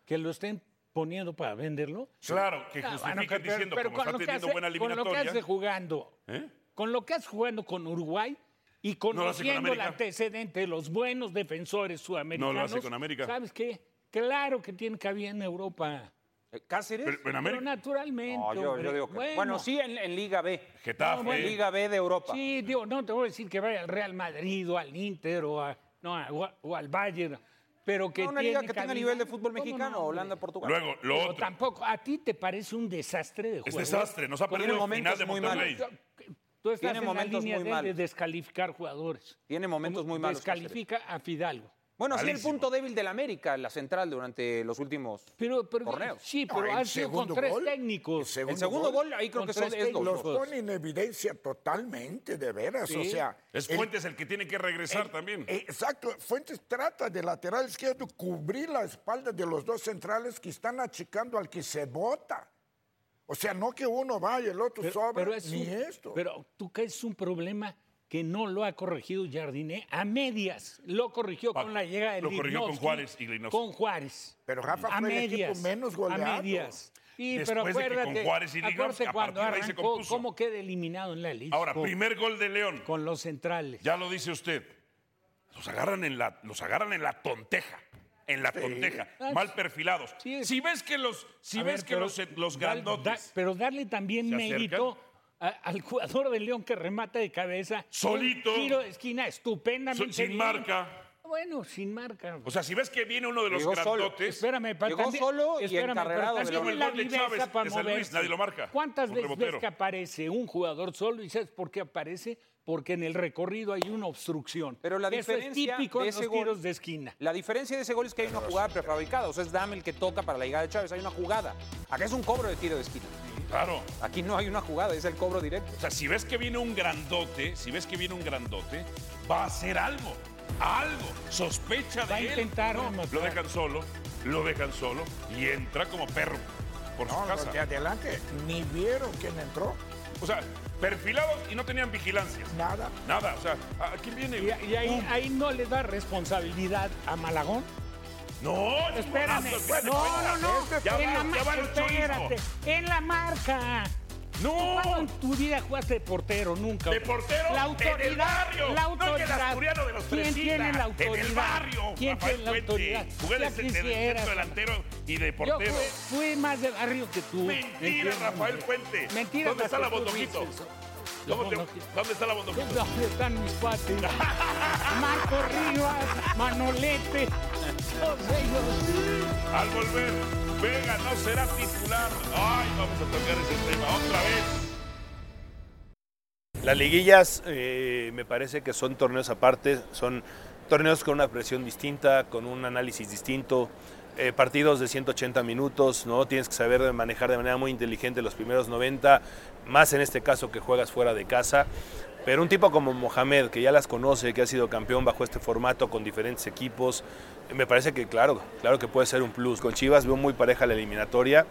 Speaker 2: ¿Que lo estén poniendo para venderlo?
Speaker 3: Claro, que
Speaker 2: Ah, bueno,
Speaker 3: justifiquen
Speaker 2: que- pero-
Speaker 3: diciendo
Speaker 2: pero
Speaker 3: como está
Speaker 2: lo que
Speaker 3: teniendo
Speaker 2: hace-
Speaker 3: buena eliminatoria.
Speaker 2: Con lo que hace jugando,
Speaker 3: ¿Eh?
Speaker 2: con lo que hace jugando con Uruguay y
Speaker 3: lo hace con
Speaker 2: conociendo el
Speaker 3: América.
Speaker 2: antecedente de los buenos defensores sudamericanos.
Speaker 3: con América.
Speaker 2: ¿Sabes qué? Claro que tiene cabida en Europa.
Speaker 4: Eh, ¿Cáceres?
Speaker 3: Pero en
Speaker 2: Pero
Speaker 3: América.
Speaker 2: naturalmente.
Speaker 4: No, yo, yo
Speaker 2: hombre.
Speaker 4: digo que. Bueno, sí, en, en Liga B.
Speaker 3: Getafe.
Speaker 4: En Liga B de Europa.
Speaker 2: Sí, digo, no te voy a decir que vaya al Real Madrid o al Inter o, a- no, a- o a- o al Bayern, pero que
Speaker 4: No, una liga
Speaker 2: tiene
Speaker 4: que tenga
Speaker 2: cabida.
Speaker 4: nivel de fútbol
Speaker 2: ¿Cómo
Speaker 4: mexicano,
Speaker 2: no, hombre?
Speaker 4: Holanda, Portugal.
Speaker 3: Luego, lo
Speaker 2: Pero
Speaker 3: otro.
Speaker 2: tampoco, ¿a ti te parece un desastre de
Speaker 3: Es
Speaker 2: juego?
Speaker 3: desastre, nos ha
Speaker 4: Tiene
Speaker 3: perdido el final
Speaker 4: momentos
Speaker 3: de
Speaker 4: muy malos.
Speaker 3: Monterrey.
Speaker 2: Tú estás
Speaker 4: Tiene
Speaker 2: en la
Speaker 4: momentos
Speaker 2: línea
Speaker 4: muy
Speaker 2: de- de
Speaker 4: malos.
Speaker 2: descalificar jugadores.
Speaker 4: Tiene momentos muy malos.
Speaker 2: Descalifica a Fidalgo.
Speaker 4: Bueno, sí, el
Speaker 3: Malísimo.
Speaker 4: punto débil del América, la central, durante los últimos.
Speaker 2: Pero, pero
Speaker 4: Torneos.
Speaker 2: sí,
Speaker 7: No,
Speaker 3: Ah,
Speaker 2: pero
Speaker 7: el
Speaker 2: ha sido con
Speaker 7: segundo
Speaker 2: tres
Speaker 7: gol,
Speaker 2: técnicos.
Speaker 7: el
Speaker 4: El segundo gol, ahí creo
Speaker 2: Con
Speaker 4: que son,
Speaker 2: tres
Speaker 4: es los
Speaker 7: Los
Speaker 2: técnicos.
Speaker 4: dos.
Speaker 7: pone en evidencia totalmente, de veras. O
Speaker 2: Sí.
Speaker 7: sea,
Speaker 3: Es
Speaker 7: el-
Speaker 3: Fuentes el que tiene que regresar
Speaker 7: el-
Speaker 3: también.
Speaker 7: eh, Exacto. Fuentes trata de lateral izquierdo cubrir la espalda de los dos centrales que están achicando al que se bota. O sea, no que uno vaya y el otro sobra,
Speaker 2: es
Speaker 7: ni
Speaker 2: un-
Speaker 7: esto.
Speaker 2: Pero tú que es un problema que no lo ha corregido Jardiné a medias. Lo corrigió
Speaker 3: Pa-
Speaker 2: con la llegada del
Speaker 3: Ah, lo corrigió con
Speaker 2: Lignovsky,
Speaker 3: Juárez y Lignovsky.
Speaker 2: Con Juárez.
Speaker 7: Pero Rafa
Speaker 2: a
Speaker 7: fue el equipo
Speaker 2: medias,
Speaker 7: menos goleado.
Speaker 2: A medias. Y,
Speaker 3: Después
Speaker 2: pero
Speaker 3: de que con
Speaker 2: acuérdate,
Speaker 3: Juárez y Lignovsky,
Speaker 2: acuérdate
Speaker 3: a
Speaker 2: cuando
Speaker 3: partir de ahí se
Speaker 2: arrancó,
Speaker 3: compuso.
Speaker 2: cómo queda eliminado en la liga.
Speaker 3: Ahora,
Speaker 2: con,
Speaker 3: primer gol de León.
Speaker 2: con los centrales.
Speaker 3: Ya lo dice usted. Los agarran en la, los agarran en la tonteja. En la tonteja.
Speaker 2: Ah,
Speaker 3: Mal perfilados.
Speaker 2: sí es-
Speaker 3: Si ves que los, si
Speaker 2: A
Speaker 3: ves
Speaker 2: ver,
Speaker 3: que
Speaker 2: pero
Speaker 3: los, eh, los
Speaker 2: dar- da-
Speaker 3: grandotes
Speaker 2: pero darle también
Speaker 3: se
Speaker 2: mérito a- al jugador de León que remata de cabeza.
Speaker 3: Solito.
Speaker 2: Un Giro de esquina estupendamente.
Speaker 3: so- sin
Speaker 2: bien.
Speaker 3: marca.
Speaker 2: Bueno, sin marca.
Speaker 3: O sea, si ves que viene uno de los
Speaker 4: Llegó solo.
Speaker 3: grandotes.
Speaker 2: Espérame, pero
Speaker 4: Llegó
Speaker 2: también-
Speaker 4: solo y
Speaker 2: espérame, pero
Speaker 4: encarrerado,
Speaker 2: también
Speaker 3: pero-
Speaker 2: la
Speaker 3: Como el gol de
Speaker 2: viveza
Speaker 3: Chávez
Speaker 2: para
Speaker 3: de San Luis,
Speaker 2: moverse.
Speaker 3: nadie lo marca.
Speaker 2: ¿Cuántas
Speaker 3: Un
Speaker 2: veces ves
Speaker 3: rebotero.
Speaker 2: que aparece un jugador solo y sabes por qué aparece? Porque en el recorrido hay una obstrucción.
Speaker 4: Pero la
Speaker 2: Eso es
Speaker 4: diferencia
Speaker 2: típico
Speaker 4: de
Speaker 2: en
Speaker 4: ese
Speaker 2: los
Speaker 4: gol-
Speaker 2: tiros de esquina.
Speaker 4: La diferencia de ese gol es que hay una jugada prefabricada. O sea, es Dame el que toca para la llegada de Chávez. Hay una jugada. Acá es un cobro de tiro de esquina.
Speaker 3: Claro.
Speaker 4: Aquí no hay una jugada, es el cobro directo.
Speaker 3: O sea, si ves que viene un grandote, si ves que viene un grandote, va a hacer algo. Algo. Sospecha de
Speaker 2: Va a
Speaker 3: él.
Speaker 2: intentar
Speaker 3: No,
Speaker 2: rematar.
Speaker 3: lo dejan solo, lo dejan solo y entra como perro por su
Speaker 7: No,
Speaker 3: casa.
Speaker 7: los de adelante ni vieron quién entró,
Speaker 3: O sea, perfilados y no tenían vigilancia.
Speaker 7: nada.
Speaker 3: Nada, o sea, ¿a a quién viene?
Speaker 2: Y, y ahí, ahí no le da responsabilidad a Malagón.
Speaker 3: No,
Speaker 2: Espérame.
Speaker 3: golazo, espérate,
Speaker 2: No, no,
Speaker 3: espérate.
Speaker 2: no.
Speaker 3: Ya
Speaker 2: en,
Speaker 3: va,
Speaker 2: la
Speaker 3: ya va
Speaker 2: marca,
Speaker 3: el
Speaker 2: espérate,
Speaker 3: chorismo.
Speaker 2: en la marca.
Speaker 3: No.
Speaker 2: ¿Cuándo en tu vida jugaste de portero? Nunca.
Speaker 3: De portero
Speaker 2: La
Speaker 3: en el
Speaker 2: autoridad.
Speaker 3: barrio.
Speaker 2: La
Speaker 3: No en el
Speaker 2: autoridad.
Speaker 3: asturiano de los
Speaker 2: ¿Quién
Speaker 3: Fresitas,
Speaker 2: tiene la
Speaker 3: En el
Speaker 2: autoridad?
Speaker 3: barrio.
Speaker 2: ¿Quién
Speaker 3: Rafael
Speaker 2: tiene la
Speaker 3: Puente.
Speaker 2: autoridad?
Speaker 3: Jugué de
Speaker 2: Ya
Speaker 3: centro- de
Speaker 2: quisieras,
Speaker 3: centro delantero y de
Speaker 2: Yo pues, fui,
Speaker 3: portero.
Speaker 2: fui más de barrio que tú.
Speaker 3: Mentira,
Speaker 2: Entiéndeme.
Speaker 3: Rafael Puente.
Speaker 2: Mentira,
Speaker 3: ¿Dónde está la
Speaker 2: Rafael, tú
Speaker 3: Bondojito?
Speaker 2: dices. Los
Speaker 3: ¿Dónde,
Speaker 2: Bondojito.
Speaker 3: dónde está la Bondojito?
Speaker 2: ¿Dónde están mis
Speaker 3: *laughs*
Speaker 2: cuates? Marco Rivas, Manolete, todos ellos.
Speaker 3: Al volver, Vega no será titular. Ay, vamos a tocar ese tema otra vez.
Speaker 1: Las liguillas eh, me parece que son torneos aparte, son torneos con una presión distinta, con un análisis distinto, eh, partidos de 180 minutos, ¿no? Tienes que saber manejar de manera muy inteligente los primeros 90, más en este caso que juegas fuera de casa. Pero un tipo como Mohamed, que ya las conoce, que ha sido campeón bajo este formato con diferentes equipos, me parece que claro, claro que puede ser un plus. Con Chivas veo muy pareja la eliminatoria,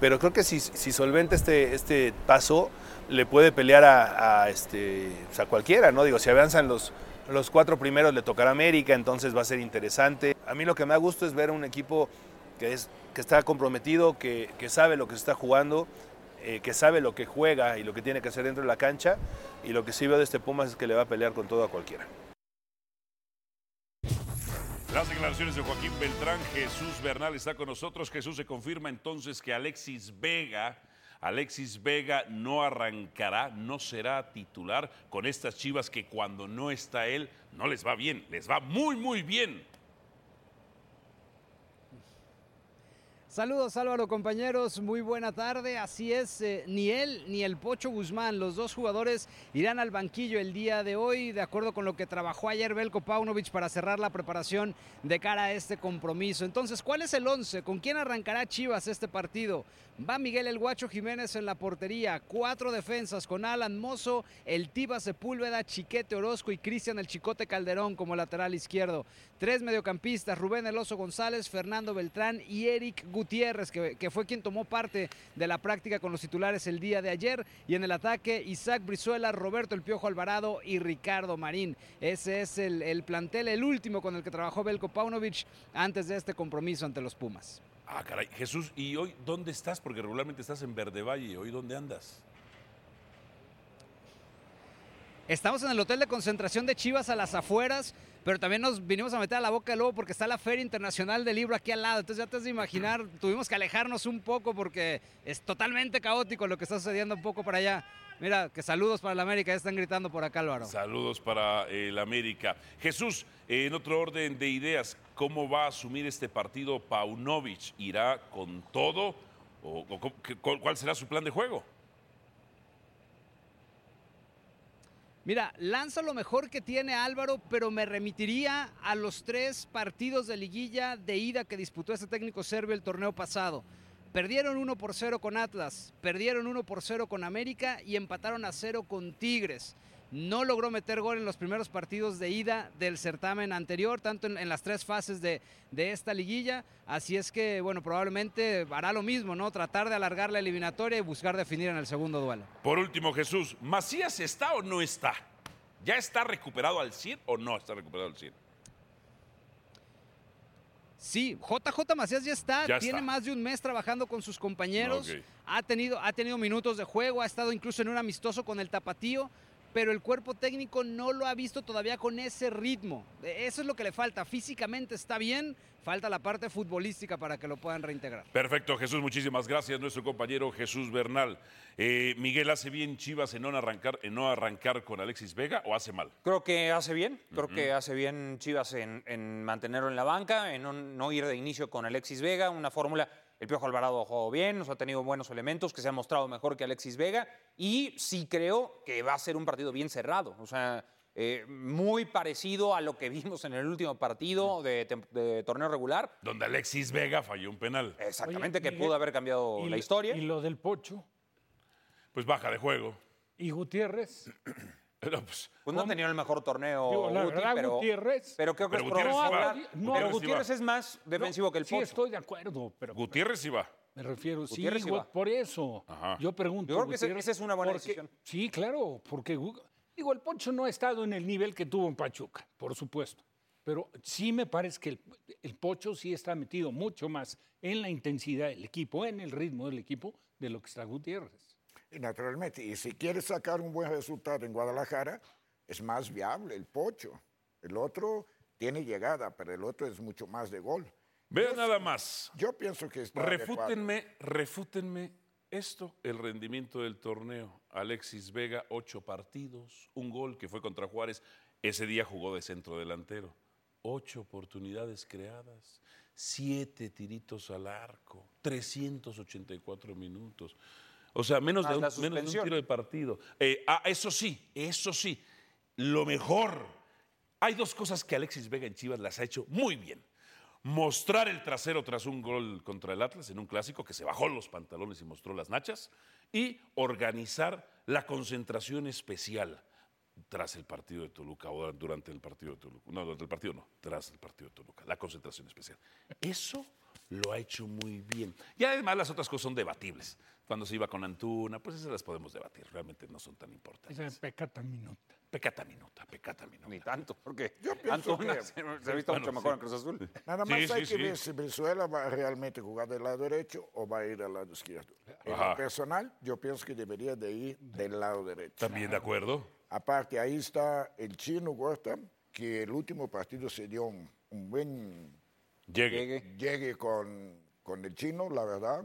Speaker 1: pero creo que si, si solventa este, este paso, le puede pelear a, a, este, pues, a cualquiera, ¿no? Digo, si avanzan los, los cuatro primeros, le tocará América, entonces va a ser interesante. A mí lo que me da gusto es ver un equipo que, es, que está comprometido, que, que sabe lo que se está jugando, eh, que sabe lo que juega y lo que tiene que hacer dentro de la cancha. Y lo que sí veo de este Pumas es que le va a pelear con todo a cualquiera.
Speaker 3: Las declaraciones de Joaquín Beltrán, Jesús Bernal está con nosotros. Jesús se confirma entonces que Alexis Vega, Alexis Vega no arrancará, no será titular con estas Chivas que cuando no está él no les va bien, les va muy muy bien.
Speaker 8: Saludos Álvaro compañeros, muy buena tarde. Así es, eh, ni él ni el Pocho Guzmán, los dos jugadores irán al banquillo el día de hoy, de acuerdo con lo que trabajó ayer Belko Paunovic para cerrar la preparación de cara a este compromiso. Entonces, ¿cuál es el 11? ¿Con quién arrancará Chivas este partido? Va Miguel El Guacho Jiménez en la portería, cuatro defensas con Alan Mozo, el Tiba Sepúlveda, Chiquete Orozco y Cristian El Chicote Calderón como lateral izquierdo. Tres mediocampistas, Rubén El Oso González, Fernando Beltrán y Eric Gutiérrez, que, que fue quien tomó parte de la práctica con los titulares el día de ayer. Y en el ataque, Isaac Brizuela, Roberto El Piojo Alvarado y Ricardo Marín. Ese es el, el plantel, el último con el que trabajó Belko Paunovic antes de este compromiso ante los Pumas.
Speaker 3: Ah, caray, Jesús, ¿y hoy dónde estás? Porque regularmente estás en Verde Valle, ¿hoy dónde andas?
Speaker 8: Estamos en el hotel de concentración de Chivas a las afueras, pero también nos vinimos a meter a la boca del lobo porque está la Feria Internacional del Libro aquí al lado. Entonces ya te has de imaginar, *clears throat* tuvimos que alejarnos un poco porque es totalmente caótico lo que está sucediendo un poco para allá. Mira, que saludos para la América, ya están gritando por acá, Álvaro.
Speaker 3: Saludos para eh, el América. Jesús, eh, en otro orden de ideas, ¿cómo va a asumir este partido Paunovic? ¿Irá con todo? ¿O, o cómo- qué- cuál- cuál será su plan de juego?
Speaker 8: Mira, lanza lo mejor que tiene Álvaro, pero me remitiría a los tres partidos de liguilla de ida que disputó este técnico serbio el torneo pasado. Perdieron 1 por 0 con Atlas, perdieron 1 por 0 con América y empataron a 0 con Tigres. No logró meter gol en los primeros partidos de ida del certamen anterior, tanto en, en las tres fases de, de esta liguilla. Así es que, bueno, probablemente hará lo mismo, ¿no? Tratar de alargar la eliminatoria y buscar definir en el segundo duelo.
Speaker 3: Por último, Jesús, ¿Macías está o no está? ¿Ya está recuperado al 100 o no está recuperado al 100?
Speaker 8: Sí, JJ Macías ya está,
Speaker 3: Ya
Speaker 8: tiene
Speaker 3: está.
Speaker 8: más de un mes trabajando con sus compañeros,
Speaker 3: Ok.
Speaker 8: ha, tenido, ha tenido minutos de juego, ha estado incluso en un amistoso con el tapatío, pero el cuerpo técnico no lo ha visto todavía con ese ritmo. Eh, Eso es lo que le falta, físicamente está bien, falta la parte futbolística para que lo puedan reintegrar.
Speaker 3: Perfecto, Jesús, muchísimas gracias. Nuestro compañero Jesús Bernal. Eh, Miguel, ¿hace bien Chivas en no, arrancar, en no arrancar con Alexis Vega o hace mal?
Speaker 4: Creo que hace bien, creo que hace bien Chivas en, en mantenerlo en la banca, en no, no ir de inicio con Alexis Vega, una fórmula, el Piojo Alvarado ha jugado bien, nos ha tenido buenos elementos, que se ha mostrado mejor que Alexis Vega, y sí creo que va a ser un partido bien cerrado, o sea, eh, muy parecido a lo que vimos en el último partido de, tem- de torneo regular,
Speaker 3: Donde Alexis Vega falló un penal.
Speaker 4: exactamente,
Speaker 2: Oye,
Speaker 4: que
Speaker 2: Miguel,
Speaker 4: pudo haber cambiado
Speaker 2: Y
Speaker 4: la
Speaker 2: lo-
Speaker 4: historia.
Speaker 2: Y lo del Pocho
Speaker 3: Pues baja de juego.
Speaker 2: y Gutiérrez.
Speaker 3: No, pues,
Speaker 4: Pues no ha tenido el mejor torneo,
Speaker 2: Digo, la
Speaker 4: Guti,
Speaker 2: verdad,
Speaker 4: pero,
Speaker 2: Gutiérrez-
Speaker 4: pero creo que
Speaker 3: Pero
Speaker 4: es
Speaker 3: Gutiérrez
Speaker 4: probable-
Speaker 3: sí va.
Speaker 2: No,
Speaker 4: pero
Speaker 2: Gutiérrez sí
Speaker 4: Gutiérrez
Speaker 3: va.
Speaker 4: es más defensivo que el
Speaker 2: Sí,
Speaker 4: Pocho.
Speaker 2: estoy de acuerdo, pero
Speaker 3: Gutiérrez iba.
Speaker 2: me refiero, sí,
Speaker 4: Gutiérrez sí
Speaker 2: Gu-
Speaker 4: va.
Speaker 2: por eso.
Speaker 3: Ajá.
Speaker 2: Yo pregunto.
Speaker 4: Yo creo que ese-
Speaker 2: Gutiérrez,
Speaker 4: esa es una buena
Speaker 2: porque-
Speaker 4: decisión.
Speaker 2: Sí, claro, porque Gu- digo, el Poncho no ha estado en el nivel que tuvo en Pachuca, por supuesto. Pero sí me parece que el, el Pocho sí está metido mucho más en la intensidad del equipo, en el ritmo del equipo, de lo que está Gutiérrez.
Speaker 7: Y naturalmente, y si quieres sacar un buen resultado en Guadalajara, es más viable el pocho. El otro tiene llegada, pero el otro es mucho más de gol.
Speaker 3: Vean nada más.
Speaker 7: Yo pienso que está adecuado.
Speaker 3: Refútenme, refútenme esto, el rendimiento del torneo. Alexis Vega, ocho partidos, un gol que fue contra Juárez. Ese día jugó de centro delantero. Ocho oportunidades creadas, siete tiritos al arco, 384 minutos. O sea, menos, de
Speaker 4: Más
Speaker 3: un,
Speaker 4: la
Speaker 3: menos de un
Speaker 4: suspensión.
Speaker 3: tiro de partido. Eh, ah, eso sí, eso sí, lo mejor. Hay dos cosas que Alexis Vega en Chivas las ha hecho muy bien mostrar el trasero tras un gol contra el Atlas en un clásico que se bajó los pantalones y mostró las nachas y organizar la concentración especial tras el partido de Toluca o durante el partido de Toluca. No, durante el partido no, tras el partido de Toluca, la concentración especial. Eso lo ha hecho muy bien. Y además las otras cosas son debatibles. Cuando se iba con Antuna, pues esas las podemos debatir, realmente no son tan
Speaker 2: Esa
Speaker 3: importantes.
Speaker 2: es pecata minuta.
Speaker 3: Pecata minuta, pecata minuta.
Speaker 4: Ni tanto, porque
Speaker 7: Yo pienso
Speaker 4: Antuna
Speaker 7: que-
Speaker 4: se, se ha visto
Speaker 3: Bueno,
Speaker 4: mucho mejor
Speaker 3: sí.
Speaker 4: en Cruz Azul.
Speaker 7: Nada
Speaker 3: Sí,
Speaker 7: más
Speaker 3: sí,
Speaker 7: hay que
Speaker 3: sí.
Speaker 7: ver si Venezuela va a realmente jugar del lado derecho o va a ir del lado izquierdo. En
Speaker 3: Ajá.
Speaker 7: lo personal, yo pienso que debería de ir del lado derecho.
Speaker 3: También de acuerdo.
Speaker 7: Aparte, ahí está el chino Huerta, que el último partido se dio un, un buen
Speaker 3: Llegue.
Speaker 4: Llegue.
Speaker 7: llegue con, con el chino, la verdad.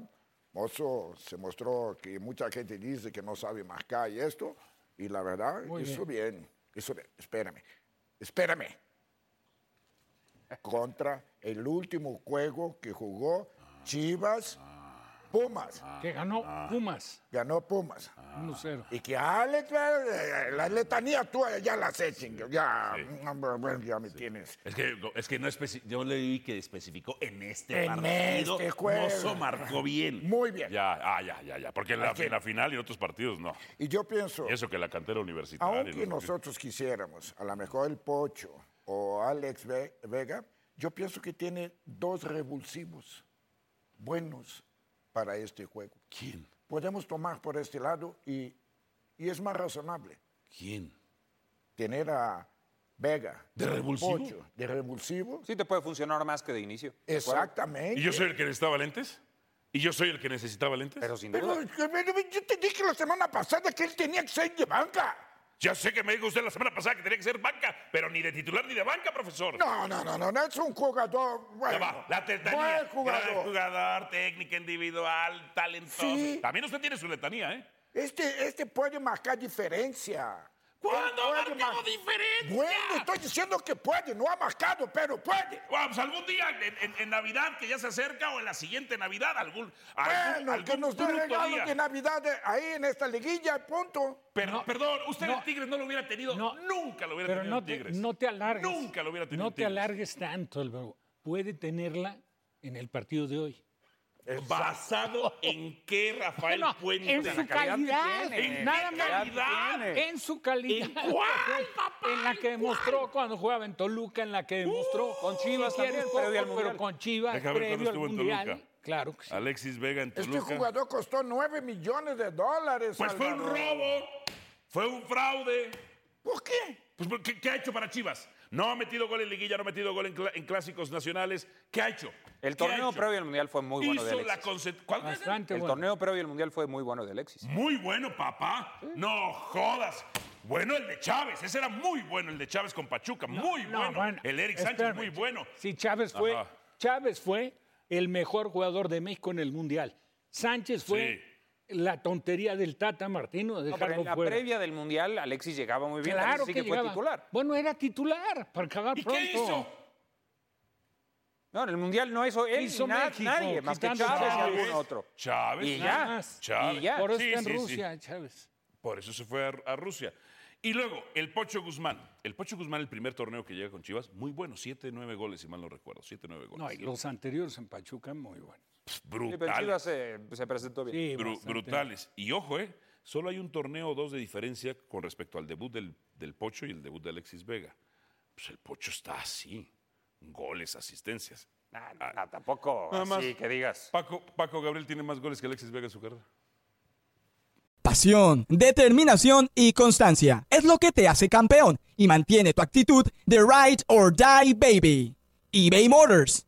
Speaker 7: Mozo se mostró que mucha gente dice que no sabe marcar y esto, y la verdad,
Speaker 2: Muy
Speaker 7: hizo bien. hizo bien. Espérame, espérame. Contra el último juego que jugó Chivas Pumas.
Speaker 3: Ah,
Speaker 2: que ganó Pumas
Speaker 7: Ganó Pumas.
Speaker 2: 1-0.
Speaker 7: Y que Alex, eh, la letanía tú eh, ya la sé, chingo. Ya, mm, bueno, ya me tienes.
Speaker 3: Es que, es que no especi- yo le vi que especificó en este
Speaker 7: En
Speaker 3: partido.
Speaker 7: este juego.
Speaker 3: Mozo marcó bien.
Speaker 7: Muy bien.
Speaker 3: Ya, ah, ya, ya, ya. Porque en la,
Speaker 7: Así.
Speaker 3: en la final y en otros partidos no.
Speaker 7: Y yo pienso.
Speaker 3: Y Eso que la cantera universitaria.
Speaker 7: Aunque
Speaker 3: no sé qué.
Speaker 7: nosotros quisiéramos, a lo mejor el Pocho o Alex Ve- Vega, yo pienso que tiene dos revulsivos buenos para este juego.
Speaker 3: ¿Quién?
Speaker 7: Podemos tomar por este lado y, y es más razonable
Speaker 3: ¿Quién?
Speaker 7: tener a Vega.
Speaker 3: ¿De
Speaker 7: y
Speaker 3: revulsivo?
Speaker 7: Pocho de revulsivo.
Speaker 4: Sí te puede funcionar más que de inicio. ¿de acuerdo?
Speaker 7: Exactamente.
Speaker 3: ¿Y yo soy el que necesitaba lentes? ¿Y yo soy el que necesitaba lentes?
Speaker 4: Pero sin
Speaker 7: Pero,
Speaker 4: duda.
Speaker 7: pero yo te dije la semana pasada que él tenía que ser de banca.
Speaker 3: Ya sé que me dijo usted la semana pasada que tenía que ser banca, pero ni de titular ni de banca, profesor.
Speaker 7: No, no, no, no, no es un jugador.
Speaker 3: Ya
Speaker 7: Bueno,
Speaker 3: va, la tetanía.
Speaker 7: buen
Speaker 3: Gran
Speaker 7: jugador.
Speaker 3: jugador, técnica individual, talentoso.
Speaker 7: Sí.
Speaker 3: También usted tiene su letanía, ¿eh?
Speaker 7: Este, este puede marcar diferencia.
Speaker 3: ¿Cuándo
Speaker 7: Él
Speaker 3: ha
Speaker 7: puede
Speaker 3: marcado
Speaker 7: mar-
Speaker 3: diferencia?
Speaker 7: Bueno, estoy diciendo que puede, no ha marcado, pero puede.
Speaker 3: Bueno, pues algún día, en, en- en Navidad, que ya se acerca, o en la siguiente Navidad, algún. algún,
Speaker 7: Bueno, que
Speaker 3: algún
Speaker 7: nos dé
Speaker 3: bruto
Speaker 7: regalo
Speaker 3: día.
Speaker 7: de Navidad de- ahí en esta liguilla, punto.
Speaker 3: Per- Perdón, usted
Speaker 2: no.
Speaker 3: el Tigres no lo hubiera tenido.
Speaker 2: No.
Speaker 3: nunca lo hubiera
Speaker 2: Pero
Speaker 3: tenido
Speaker 2: no
Speaker 3: en
Speaker 2: te,
Speaker 3: Tigres.
Speaker 2: no te alargues.
Speaker 3: Nunca lo hubiera tenido
Speaker 2: No
Speaker 3: en
Speaker 2: te
Speaker 3: Tigres.
Speaker 2: alargues tanto, Álvaro. Puede tenerla en el partido de hoy.
Speaker 3: ¿Basado en qué, Rafael
Speaker 2: No,
Speaker 3: Puente?
Speaker 2: en su calidad.
Speaker 3: tiene,
Speaker 2: nada
Speaker 3: en
Speaker 2: más.
Speaker 3: calidad.
Speaker 2: En su calidad.
Speaker 3: ¿En
Speaker 2: *laughs*
Speaker 3: cuál, Uh, papá?
Speaker 2: En la que demostró cuando jugaba en Toluca, en la que demostró.
Speaker 4: con Chivas
Speaker 2: si quieres,
Speaker 4: también, previo al
Speaker 2: poco,
Speaker 4: Mundial.
Speaker 2: Pero con Chivas,
Speaker 3: Déjame ver
Speaker 2: previo al
Speaker 3: cuando estuvo en
Speaker 2: Mundial.
Speaker 3: Toluca.
Speaker 2: Claro que sí.
Speaker 3: Alexis Vega en
Speaker 7: Este
Speaker 3: Toluca.
Speaker 7: jugador costó 9 millones de dólares.
Speaker 3: Pues fue un
Speaker 7: Salvador.
Speaker 3: robo, fue un fraude,
Speaker 7: ¿Por qué?
Speaker 3: Pues, ¿por ¿qué, qué ha hecho para Chivas? No ha metido gol en liguilla, no ha metido gol en, cla- en clásicos nacionales. ¿Qué ha hecho?
Speaker 4: El
Speaker 3: ¿Qué ha
Speaker 4: torneo
Speaker 3: hecho?
Speaker 4: previo al Mundial fue muy bueno de
Speaker 3: Hizo la
Speaker 4: Alexis.
Speaker 3: conce- ¿Cuánto es el-
Speaker 2: Bastante
Speaker 4: El
Speaker 2: bueno.
Speaker 4: torneo previo al Mundial fue muy bueno de Alexis.
Speaker 3: Muy bueno, papá. No jodas. Bueno el de Chávez, ese era muy bueno el de Chávez con Pachuca, muy
Speaker 2: No,
Speaker 3: bueno. El Eric Sánchez,
Speaker 2: espérame.
Speaker 3: muy bueno.
Speaker 2: Sí, Chávez fue,
Speaker 3: Ajá.
Speaker 2: Chávez fue el mejor jugador de México en el Mundial. Sánchez fue la tontería del Tata Martino de
Speaker 4: No, pero
Speaker 2: dejarlo
Speaker 4: en la
Speaker 2: fuera.
Speaker 4: previa del Mundial, Alexis llegaba muy bien.
Speaker 2: claro
Speaker 4: Alexis sí
Speaker 2: que
Speaker 4: que fue
Speaker 2: llegaba.
Speaker 4: titular.
Speaker 2: Bueno, era titular para acabar
Speaker 3: ¿Y
Speaker 2: pronto.
Speaker 3: qué hizo?
Speaker 4: No, en el Mundial no hizo él
Speaker 2: Hizo
Speaker 4: ni na-
Speaker 2: México,
Speaker 4: nadie, más que
Speaker 2: quitando
Speaker 4: Chávez y
Speaker 2: Chávez.
Speaker 4: algún otro.
Speaker 3: Chávez.
Speaker 4: Y
Speaker 3: nada
Speaker 4: ya,
Speaker 3: más.
Speaker 4: y
Speaker 3: Chávez.
Speaker 4: ya.
Speaker 2: Por eso
Speaker 3: Sí,
Speaker 2: está en
Speaker 3: sí, sí.
Speaker 2: Rusia, Chávez.
Speaker 3: Por eso se fue a, a Rusia. Y luego, el Pocho Guzmán. El Pocho Guzmán, el primer torneo que llega con Chivas, muy bueno. 7, 9 goles, si mal no recuerdo. 7, 9 goles.
Speaker 2: No, y los anteriores en Pachuca, muy buenos.
Speaker 4: Sí, pero Chivas
Speaker 3: brutales.
Speaker 4: se, se presentó bien.
Speaker 2: Sí,
Speaker 3: Bru-
Speaker 2: bastante.
Speaker 3: brutales. Y ojo, eh, solo hay un torneo o dos de diferencia con respecto al debut del, del Pocho y el debut de Alexis Vega. Pues el Pocho está así. Goles, asistencias.
Speaker 4: Nah,
Speaker 3: Ah,
Speaker 4: nah, nah, Ah, tampoco
Speaker 3: Nada más.
Speaker 4: así que digas.
Speaker 3: Paco, Paco Gabriel tiene más goles que Alexis Vega en su carrera.
Speaker 9: Pasión, determinación y constancia es lo que te hace campeón y mantiene tu actitud de ride or die baby. eBay Motors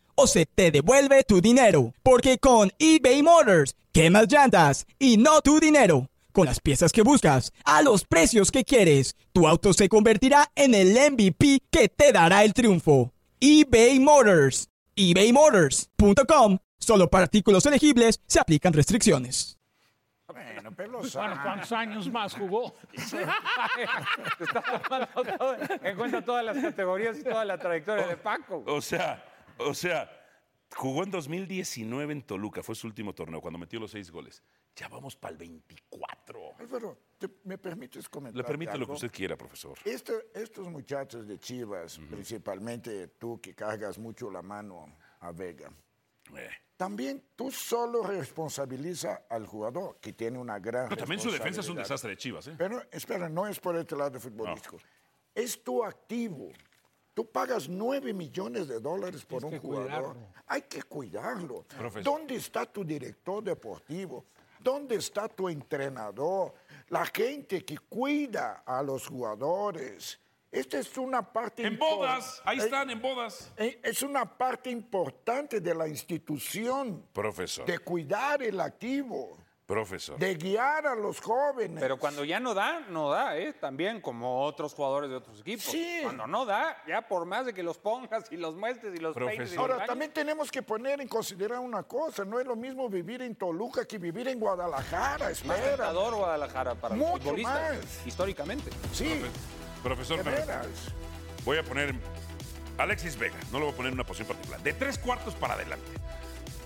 Speaker 9: o se te devuelve tu dinero. Porque con eBay Motors, quemas llantas y no tu dinero. Con las piezas que buscas, a los precios que quieres, tu auto se convertirá en el MVP que te dará el triunfo. eBay Motors. ebaymotors.com. Solo para artículos elegibles se aplican restricciones.
Speaker 7: Bueno, pero
Speaker 2: Bueno, ¿cuántos años más
Speaker 3: *laughs*
Speaker 2: jugó?
Speaker 4: Te estás tomando todo- en cuenta todas las categorías y toda la trayectoria de Paco.
Speaker 3: O sea, o sea, jugó en 2019 en Toluca, fue su último torneo, cuando metió los seis goles. Ya vamos para el 24.
Speaker 7: Álvaro, ¿te- ¿me permites comentar?
Speaker 3: Le permite lo que
Speaker 7: algo?
Speaker 3: usted quiera, profesor.
Speaker 7: Esto- estos muchachos de Chivas, principalmente tú que cargas mucho la mano a Vega,
Speaker 3: Eh.
Speaker 7: también tú solo responsabiliza al jugador, que tiene una gran
Speaker 3: Pero también su defensa es un
Speaker 7: responsabilidad.
Speaker 3: desastre de Chivas, ¿eh?
Speaker 7: Pero espera, no es por este lado futbolístico. Es tu activo. Tú pagas 9 millones de dólares por un
Speaker 2: que
Speaker 7: jugador.
Speaker 2: cuidarlo.
Speaker 7: Hay que cuidarlo.
Speaker 3: Profesor.
Speaker 7: ¿Dónde está tu director deportivo? ¿Dónde está tu entrenador? La gente que cuida a los jugadores. Esta es una parte
Speaker 3: En
Speaker 7: impor-
Speaker 3: bodas, ahí
Speaker 7: eh,
Speaker 3: están, en bodas.
Speaker 7: eh, Es una parte importante de la institución
Speaker 3: Profesor,
Speaker 7: de cuidar el activo,
Speaker 3: profesor.
Speaker 7: de guiar a los jóvenes.
Speaker 4: Pero cuando ya no da, no da, ¿eh? También como otros jugadores de otros equipos.
Speaker 7: Sí.
Speaker 4: Cuando no da, ya por más de que los pongas y los muestres y los peines y
Speaker 3: Profesor.
Speaker 4: los
Speaker 7: Ahora,
Speaker 4: bañes,
Speaker 7: también tenemos que poner en considerar una cosa, no es lo mismo vivir en Toluca que vivir en Guadalajara,
Speaker 4: más
Speaker 7: espera.
Speaker 4: tentador Guadalajara para los
Speaker 7: Mucho
Speaker 4: futbolistas,
Speaker 7: más.
Speaker 4: históricamente.
Speaker 7: Sí, de
Speaker 3: Profesor, me-
Speaker 7: veras.
Speaker 3: voy a poner Alexis Vega, no lo voy a poner en una posición particular. De tres cuartos para adelante.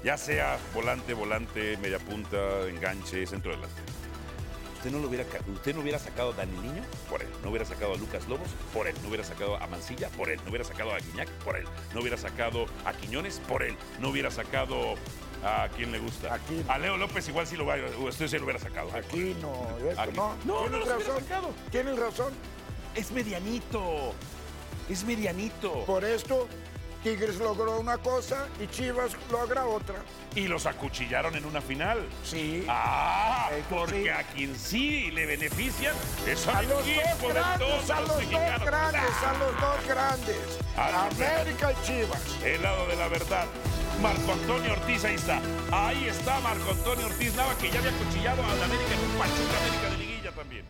Speaker 3: Ya sea volante, volante, media punta, enganche, centro delante. Usted no, lo hubiera, ca- usted no hubiera sacado a Dani Niño por él, no hubiera sacado a Lucas Lobos por él, no hubiera sacado a Mancilla por él, no hubiera sacado a Guiñac por él, no hubiera sacado a Quiñones por él, no hubiera sacado a quien le gusta.
Speaker 7: Aquí.
Speaker 3: A Leo López igual sí lo, hubiera- usted sí lo hubiera sacado.
Speaker 7: Aquí no, esto
Speaker 3: Aquí.
Speaker 7: no.
Speaker 3: No, no
Speaker 7: Tienes
Speaker 3: los hubiera
Speaker 7: razón,
Speaker 3: sacado.
Speaker 7: tienes razón.
Speaker 3: Es medianito. Es medianito.
Speaker 7: Por esto, Tigres logró una cosa y Chivas logra otra.
Speaker 3: Y los acuchillaron en una final.
Speaker 7: Sí.
Speaker 3: Ah,
Speaker 7: Eso
Speaker 3: porque
Speaker 7: sí.
Speaker 3: a quien sí le benefician es al
Speaker 7: A los
Speaker 3: equipo
Speaker 7: dos
Speaker 3: de
Speaker 7: grandes,
Speaker 3: todos
Speaker 7: a los dos
Speaker 3: mexicanos.
Speaker 7: grandes, a los dos grandes.
Speaker 3: Ah,
Speaker 7: América y Chivas.
Speaker 3: El lado de la verdad. Marco Antonio Ortiz, ahí está. Ahí está Marco Antonio Ortiz Nava, que ya había acuchillado al América en un Pachuca América de Liguilla también.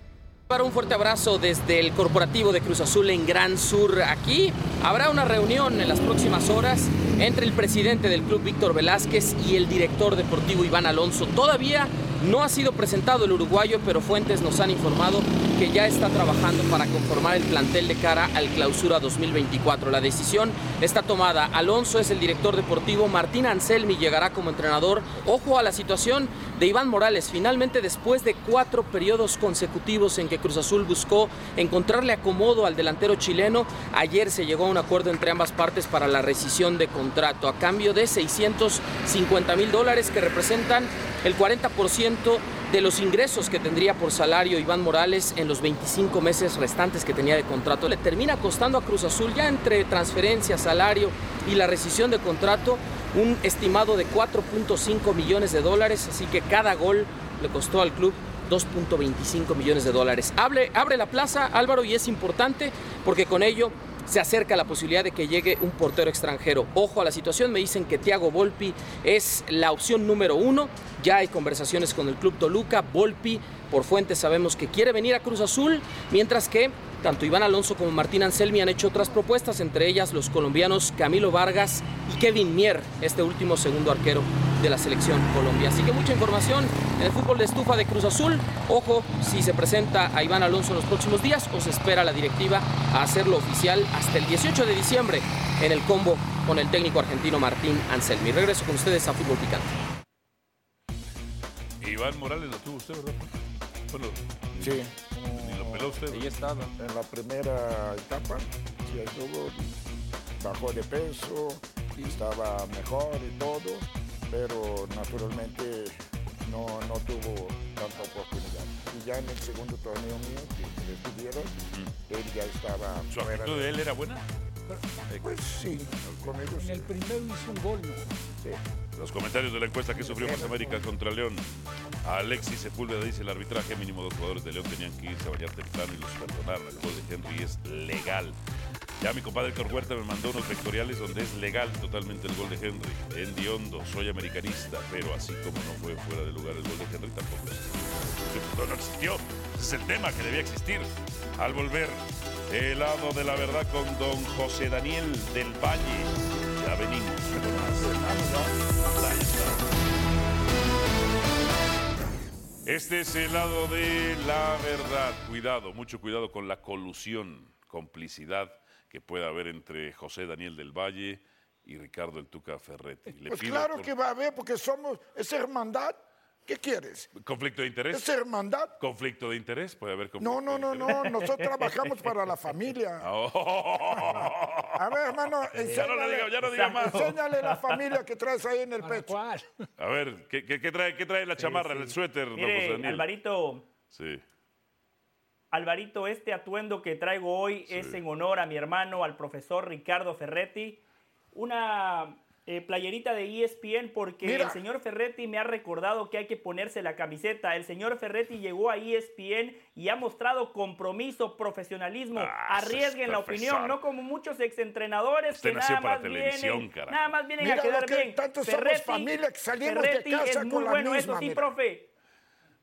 Speaker 10: Para un fuerte abrazo desde el corporativo de Cruz Azul en Gran Sur. Aquí habrá una reunión en las próximas horas entre el presidente del club Víctor Velázquez y el director deportivo Iván Alonso. Todavía No ha sido presentado el uruguayo, pero fuentes nos han informado que ya está trabajando para conformar el plantel de cara al clausura 2024. La decisión está tomada. Alonso es el director deportivo, Martín Anselmi llegará como entrenador. Ojo a la situación de Iván Morales. Finalmente, después de cuatro periodos consecutivos en que Cruz Azul buscó encontrarle acomodo al delantero chileno, ayer se llegó a un acuerdo entre ambas partes para la rescisión de contrato a cambio de 650 mil dólares que representan el 40% de los ingresos que tendría por salario Iván Morales en los 25 meses restantes que tenía de contrato. Le termina costando a Cruz Azul ya entre transferencia, salario y la rescisión de contrato un estimado de 4.5 millones de dólares, así que cada gol le costó al club 2.25 millones de dólares. Abre, abre la plaza Álvaro y es importante porque con ello se acerca la posibilidad de que llegue un portero extranjero. Ojo a la situación, me dicen que Thiago Volpi es la opción número uno. Ya hay conversaciones con el club Toluca. Volpi, por fuentes, sabemos que quiere venir a Cruz Azul, mientras que tanto Iván Alonso como Martín Anselmi han hecho otras propuestas, entre ellas los colombianos Camilo Vargas y Kevin Mier, este último segundo arquero de la selección Colombia. Así que mucha información en el fútbol de estufa de Cruz Azul. Ojo si se presenta a Iván Alonso en los próximos días o se espera a la directiva a hacerlo oficial hasta el 18 de diciembre en el combo con el técnico argentino Martín Anselmi. Regreso con ustedes a Fútbol Picante.
Speaker 3: Iván Morales lo tuvo usted, ¿verdad? Bueno,
Speaker 7: Sí.
Speaker 3: ni lo peló usted.
Speaker 7: Ahí estaba. En la primera etapa, sí, ahí estuvo, bajó de peso, y estaba mejor y todo, pero naturalmente no, no tuvo tanta oportunidad. Y ya en el segundo torneo mío, que le tuvieron, él ya estaba
Speaker 3: ¿Su
Speaker 7: fuera
Speaker 3: actitud de él era buena?
Speaker 7: Pues sí, conmigo sí.
Speaker 2: El primero hizo un gol, ¿no?
Speaker 3: Los comentarios de la encuesta que sufrió Más América contra León. A Alexis Sepúlveda dice el arbitraje mínimo dos jugadores de León tenían que irse a bañar temprano y los perdonaron. El gol de Henry es legal. Ya mi compadre Héctor Huerta me mandó unos vectoriales donde es legal totalmente el gol de Henry. Andy Hondo, soy americanista, pero así como no fue fuera de lugar el gol de Henry, tampoco existió. No existió. Ese es el tema que debía existir. Al volver, el lado de la verdad con don José Daniel del Valle. Ya venimos. con más.
Speaker 7: Pues
Speaker 3: Ahí está. Este es el lado de la verdad. Cuidado, mucho cuidado con la colusión, complicidad que pueda haber entre José Daniel del Valle y Ricardo el Tuca Ferretti. Le
Speaker 7: Pues
Speaker 3: pido
Speaker 7: claro
Speaker 3: por-
Speaker 7: que va a haber, porque somos, es hermandad. ¿Qué quieres?
Speaker 3: conflicto de interés.
Speaker 7: Es hermandad.
Speaker 3: Conflicto de interés, puede haber conflicto. Ah,
Speaker 7: No, no, no, no, nosotros trabajamos
Speaker 3: *laughs*
Speaker 7: para la familia.
Speaker 3: oh.
Speaker 7: A ver, hermano,
Speaker 3: Ya no le diga-
Speaker 7: enséñale,
Speaker 3: ya no diga más.
Speaker 7: enséñale la familia que traes ahí en el pecho.
Speaker 3: A ver, ¿qué, qué- qué trae, qué trae la chamarra,
Speaker 11: sí.
Speaker 3: el suéter, don José
Speaker 11: Mire,
Speaker 3: Daniel?
Speaker 11: Alvarito,
Speaker 3: Sí.
Speaker 11: Alvarito, este atuendo que traigo hoy es en honor a mi hermano, al profesor Ricardo Ferretti. Una eh, playerita de ESPN porque
Speaker 7: Mira.
Speaker 11: el señor Ferretti me ha recordado que hay que ponerse la camiseta. El señor Ferretti llegó a E ESPN y ha mostrado compromiso, profesionalismo.
Speaker 3: Ah, ese
Speaker 11: Arriesguen la
Speaker 3: profesor.
Speaker 11: opinión, no como muchos exentrenadores
Speaker 3: Usted
Speaker 11: que
Speaker 3: nació
Speaker 11: nada
Speaker 3: para
Speaker 11: más,
Speaker 3: televisión,
Speaker 11: vienen,
Speaker 3: carajo.
Speaker 11: nada más vienen
Speaker 7: Mira
Speaker 11: a quedar
Speaker 7: lo que
Speaker 11: bien.
Speaker 7: tanto somos familia que salimos de
Speaker 11: Ferretti
Speaker 7: casa
Speaker 11: es muy
Speaker 7: con la
Speaker 11: bueno, eso
Speaker 7: misma,
Speaker 11: sí,
Speaker 7: mira.
Speaker 11: profe.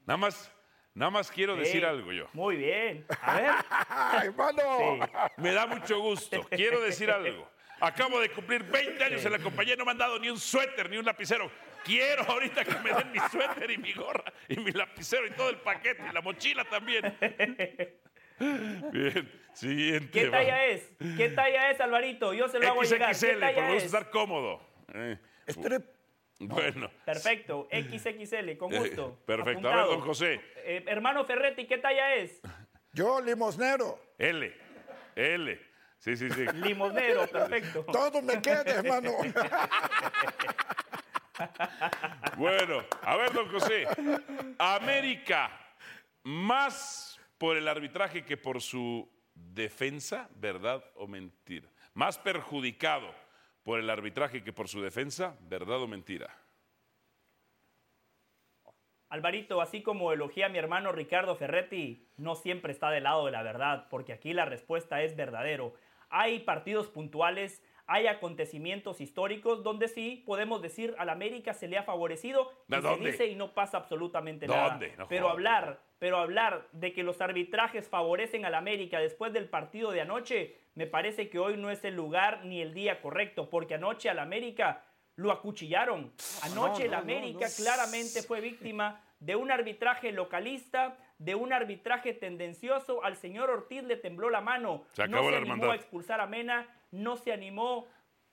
Speaker 3: Nada más, nada más quiero decir
Speaker 11: Ey,
Speaker 3: algo yo.
Speaker 11: Muy bien. A ver.
Speaker 7: *laughs* hermano!
Speaker 3: Me da mucho gusto. Quiero decir algo. Acabo de cumplir 20 años en la compañía, no me han dado ni un suéter, ni un lapicero. Quiero ahorita que me den mi suéter y mi gorra y mi lapicero y todo el paquete y la mochila también. Bien, siguiente.
Speaker 11: ¿Qué
Speaker 3: va.
Speaker 11: talla es? ¿Qué talla es, Alvarito? Yo se lo hago llegar. ¿Qué
Speaker 3: XXL, por lo
Speaker 11: talla
Speaker 3: menos
Speaker 11: es?
Speaker 3: estar cómodo. Eh, bueno,
Speaker 11: Perfecto, XXL, con gusto.
Speaker 3: Eh, perfecto. A ver, don José.
Speaker 11: Eh, hermano Ferretti, ¿qué talla es?
Speaker 7: Yo, limosnero,
Speaker 3: L, L. Sí, sí, sí.
Speaker 11: Limonero, perfecto.
Speaker 7: todo me queda, hermano.
Speaker 3: Bueno, a ver, don José. América, más por el arbitraje que por su defensa, ¿verdad o mentira? Más perjudicado por el arbitraje que por su defensa, ¿verdad o mentira?
Speaker 11: Alvarito, así como elogié a mi hermano Ricardo Ferretti, no siempre está del lado de la verdad, porque aquí la respuesta es verdadero. Hay partidos puntuales, hay acontecimientos históricos donde sí podemos decir al América se le ha favorecido y
Speaker 3: ¿De
Speaker 11: se
Speaker 3: dónde?
Speaker 11: dice y no pasa absolutamente
Speaker 3: ¿Dónde?
Speaker 11: nada.
Speaker 3: No
Speaker 11: pero
Speaker 3: jodas.
Speaker 11: hablar, pero hablar de que los arbitrajes favorecen al América después del partido de anoche, me parece que hoy no es el lugar ni el día correcto, porque anoche al América lo acuchillaron. Anoche el
Speaker 7: no, no,
Speaker 11: América
Speaker 7: no.
Speaker 11: claramente fue víctima de un arbitraje localista, de un arbitraje tendencioso. Al señor Ortiz le tembló la mano.
Speaker 3: Se acabó
Speaker 11: no se
Speaker 3: la
Speaker 11: animó
Speaker 3: hermandad.
Speaker 11: a expulsar a Mena, no se animó,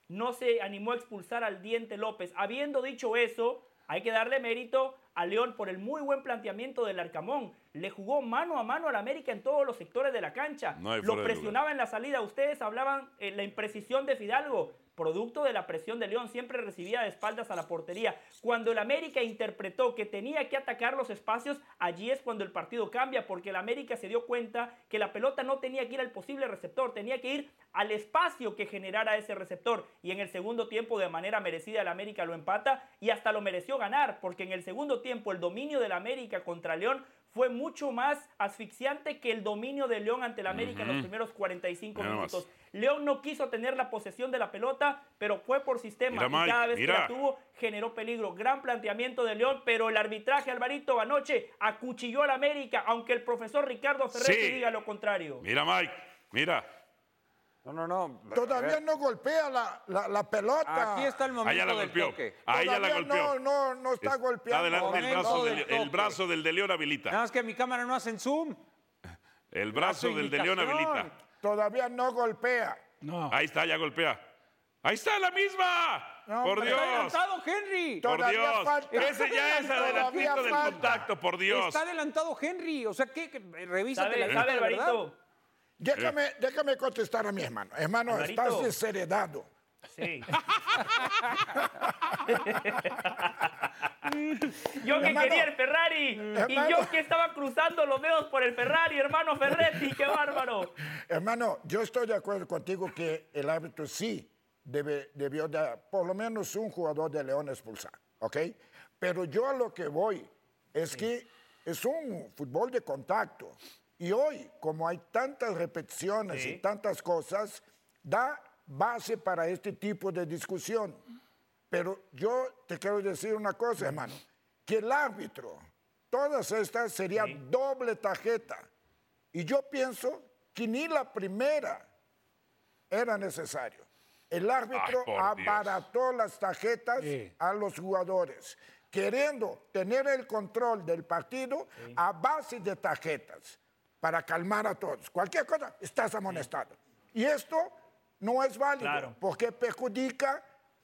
Speaker 11: no se animó a expulsar al Diente López. Habiendo dicho eso, hay que darle mérito a León por el muy buen planteamiento del Arcamón. Le jugó mano a mano al América en todos los sectores de la cancha.
Speaker 3: No hay fuera
Speaker 11: Lo
Speaker 3: de lugar.
Speaker 11: presionaba en la salida. Ustedes hablaban eh, la imprecisión de Fidalgo, producto de la presión de León, siempre recibía de espaldas a la portería. Cuando el América interpretó que tenía que atacar los espacios, allí es cuando el partido cambia, porque el América se dio cuenta que la pelota no tenía que ir al posible receptor, tenía que ir al espacio que generara ese receptor. Y en el segundo tiempo, de manera merecida, el América lo empata y hasta lo mereció ganar, porque en el segundo tiempo el dominio del América contra León fue mucho más asfixiante que el dominio de León ante el América en
Speaker 3: Ujú.
Speaker 11: los primeros 45
Speaker 3: Mira nomás.
Speaker 11: minutos. León no quiso tener la posesión de la pelota, pero fue por sistema
Speaker 3: Mira,
Speaker 11: y
Speaker 3: Mike,
Speaker 11: cada vez
Speaker 3: mira.
Speaker 11: que la tuvo generó peligro. Gran planteamiento de León, pero el arbitraje Alvarito anoche acuchilló al América, aunque el profesor Ricardo Ferretti
Speaker 3: Sí.
Speaker 11: diga lo contrario.
Speaker 3: Mira, Mike, mira.
Speaker 4: No, no, no.
Speaker 7: Todavía no golpea la, la- la pelota.
Speaker 4: Aquí está el momento
Speaker 3: Allá la
Speaker 4: del
Speaker 3: golpeó.
Speaker 4: toque.
Speaker 3: Ahí ya la
Speaker 7: Todavía
Speaker 3: golpeó.
Speaker 7: No, no, no está golpeando.
Speaker 3: Adelante, el
Speaker 4: Momento
Speaker 3: brazo,
Speaker 4: del
Speaker 3: del,
Speaker 4: toque.
Speaker 3: el brazo del de León habilita.
Speaker 4: Nada más que mi cámara no hace en zoom.
Speaker 3: El brazo
Speaker 4: brazo
Speaker 3: del de León
Speaker 4: indicación.
Speaker 3: habilita.
Speaker 7: Todavía no golpea.
Speaker 2: No.
Speaker 3: Ahí está, ya golpea. Ahí está la misma.
Speaker 7: No,
Speaker 3: por
Speaker 7: hombre.
Speaker 3: Dios.
Speaker 4: Está adelantado Henry.
Speaker 3: Por
Speaker 7: Todavía
Speaker 3: Dios.
Speaker 7: falta.
Speaker 3: Ese ya es
Speaker 7: Todavía
Speaker 3: adelantito del
Speaker 7: falta.
Speaker 3: contacto, por Dios.
Speaker 4: Está adelantado Henry. O sea, ¿qué? ¿Qué? Revísate la
Speaker 11: ¿Sabe, sabe,
Speaker 4: lista, de verdad.
Speaker 11: Alvarito?
Speaker 7: Déjame, déjame contestar a mi hermano. Hermano,
Speaker 11: Alvarito.
Speaker 7: estás desheredado. *laughs*
Speaker 11: Sí. yo que
Speaker 7: *laughs* Hermano.
Speaker 11: quería el Ferrari y
Speaker 7: Hermano.
Speaker 11: yo que estaba cruzando los dedos por el Ferrari, hermano Ferretti, qué bárbaro.
Speaker 7: Hermano, yo estoy de acuerdo contigo que el árbitro sí debe- debió dar por lo menos un jugador de León expulsar, ¿ok? Pero yo a lo que voy es que es un fútbol de contacto. Y hoy, como hay tantas repeticiones y tantas cosas, da base para este tipo de discusión. Pero yo te quiero decir una cosa, hermano, que el árbitro, todas estas serían doble tarjeta. Y yo pienso que ni la primera era necesario. El árbitro
Speaker 3: Ay, por Dios.
Speaker 7: abarató las tarjetas
Speaker 2: Sí.
Speaker 7: a los jugadores, queriendo tener el control del partido a base de tarjetas para calmar a todos. Cualquier cosa, estás amonestado. Y esto no es válido
Speaker 11: Claro.
Speaker 7: porque perjudica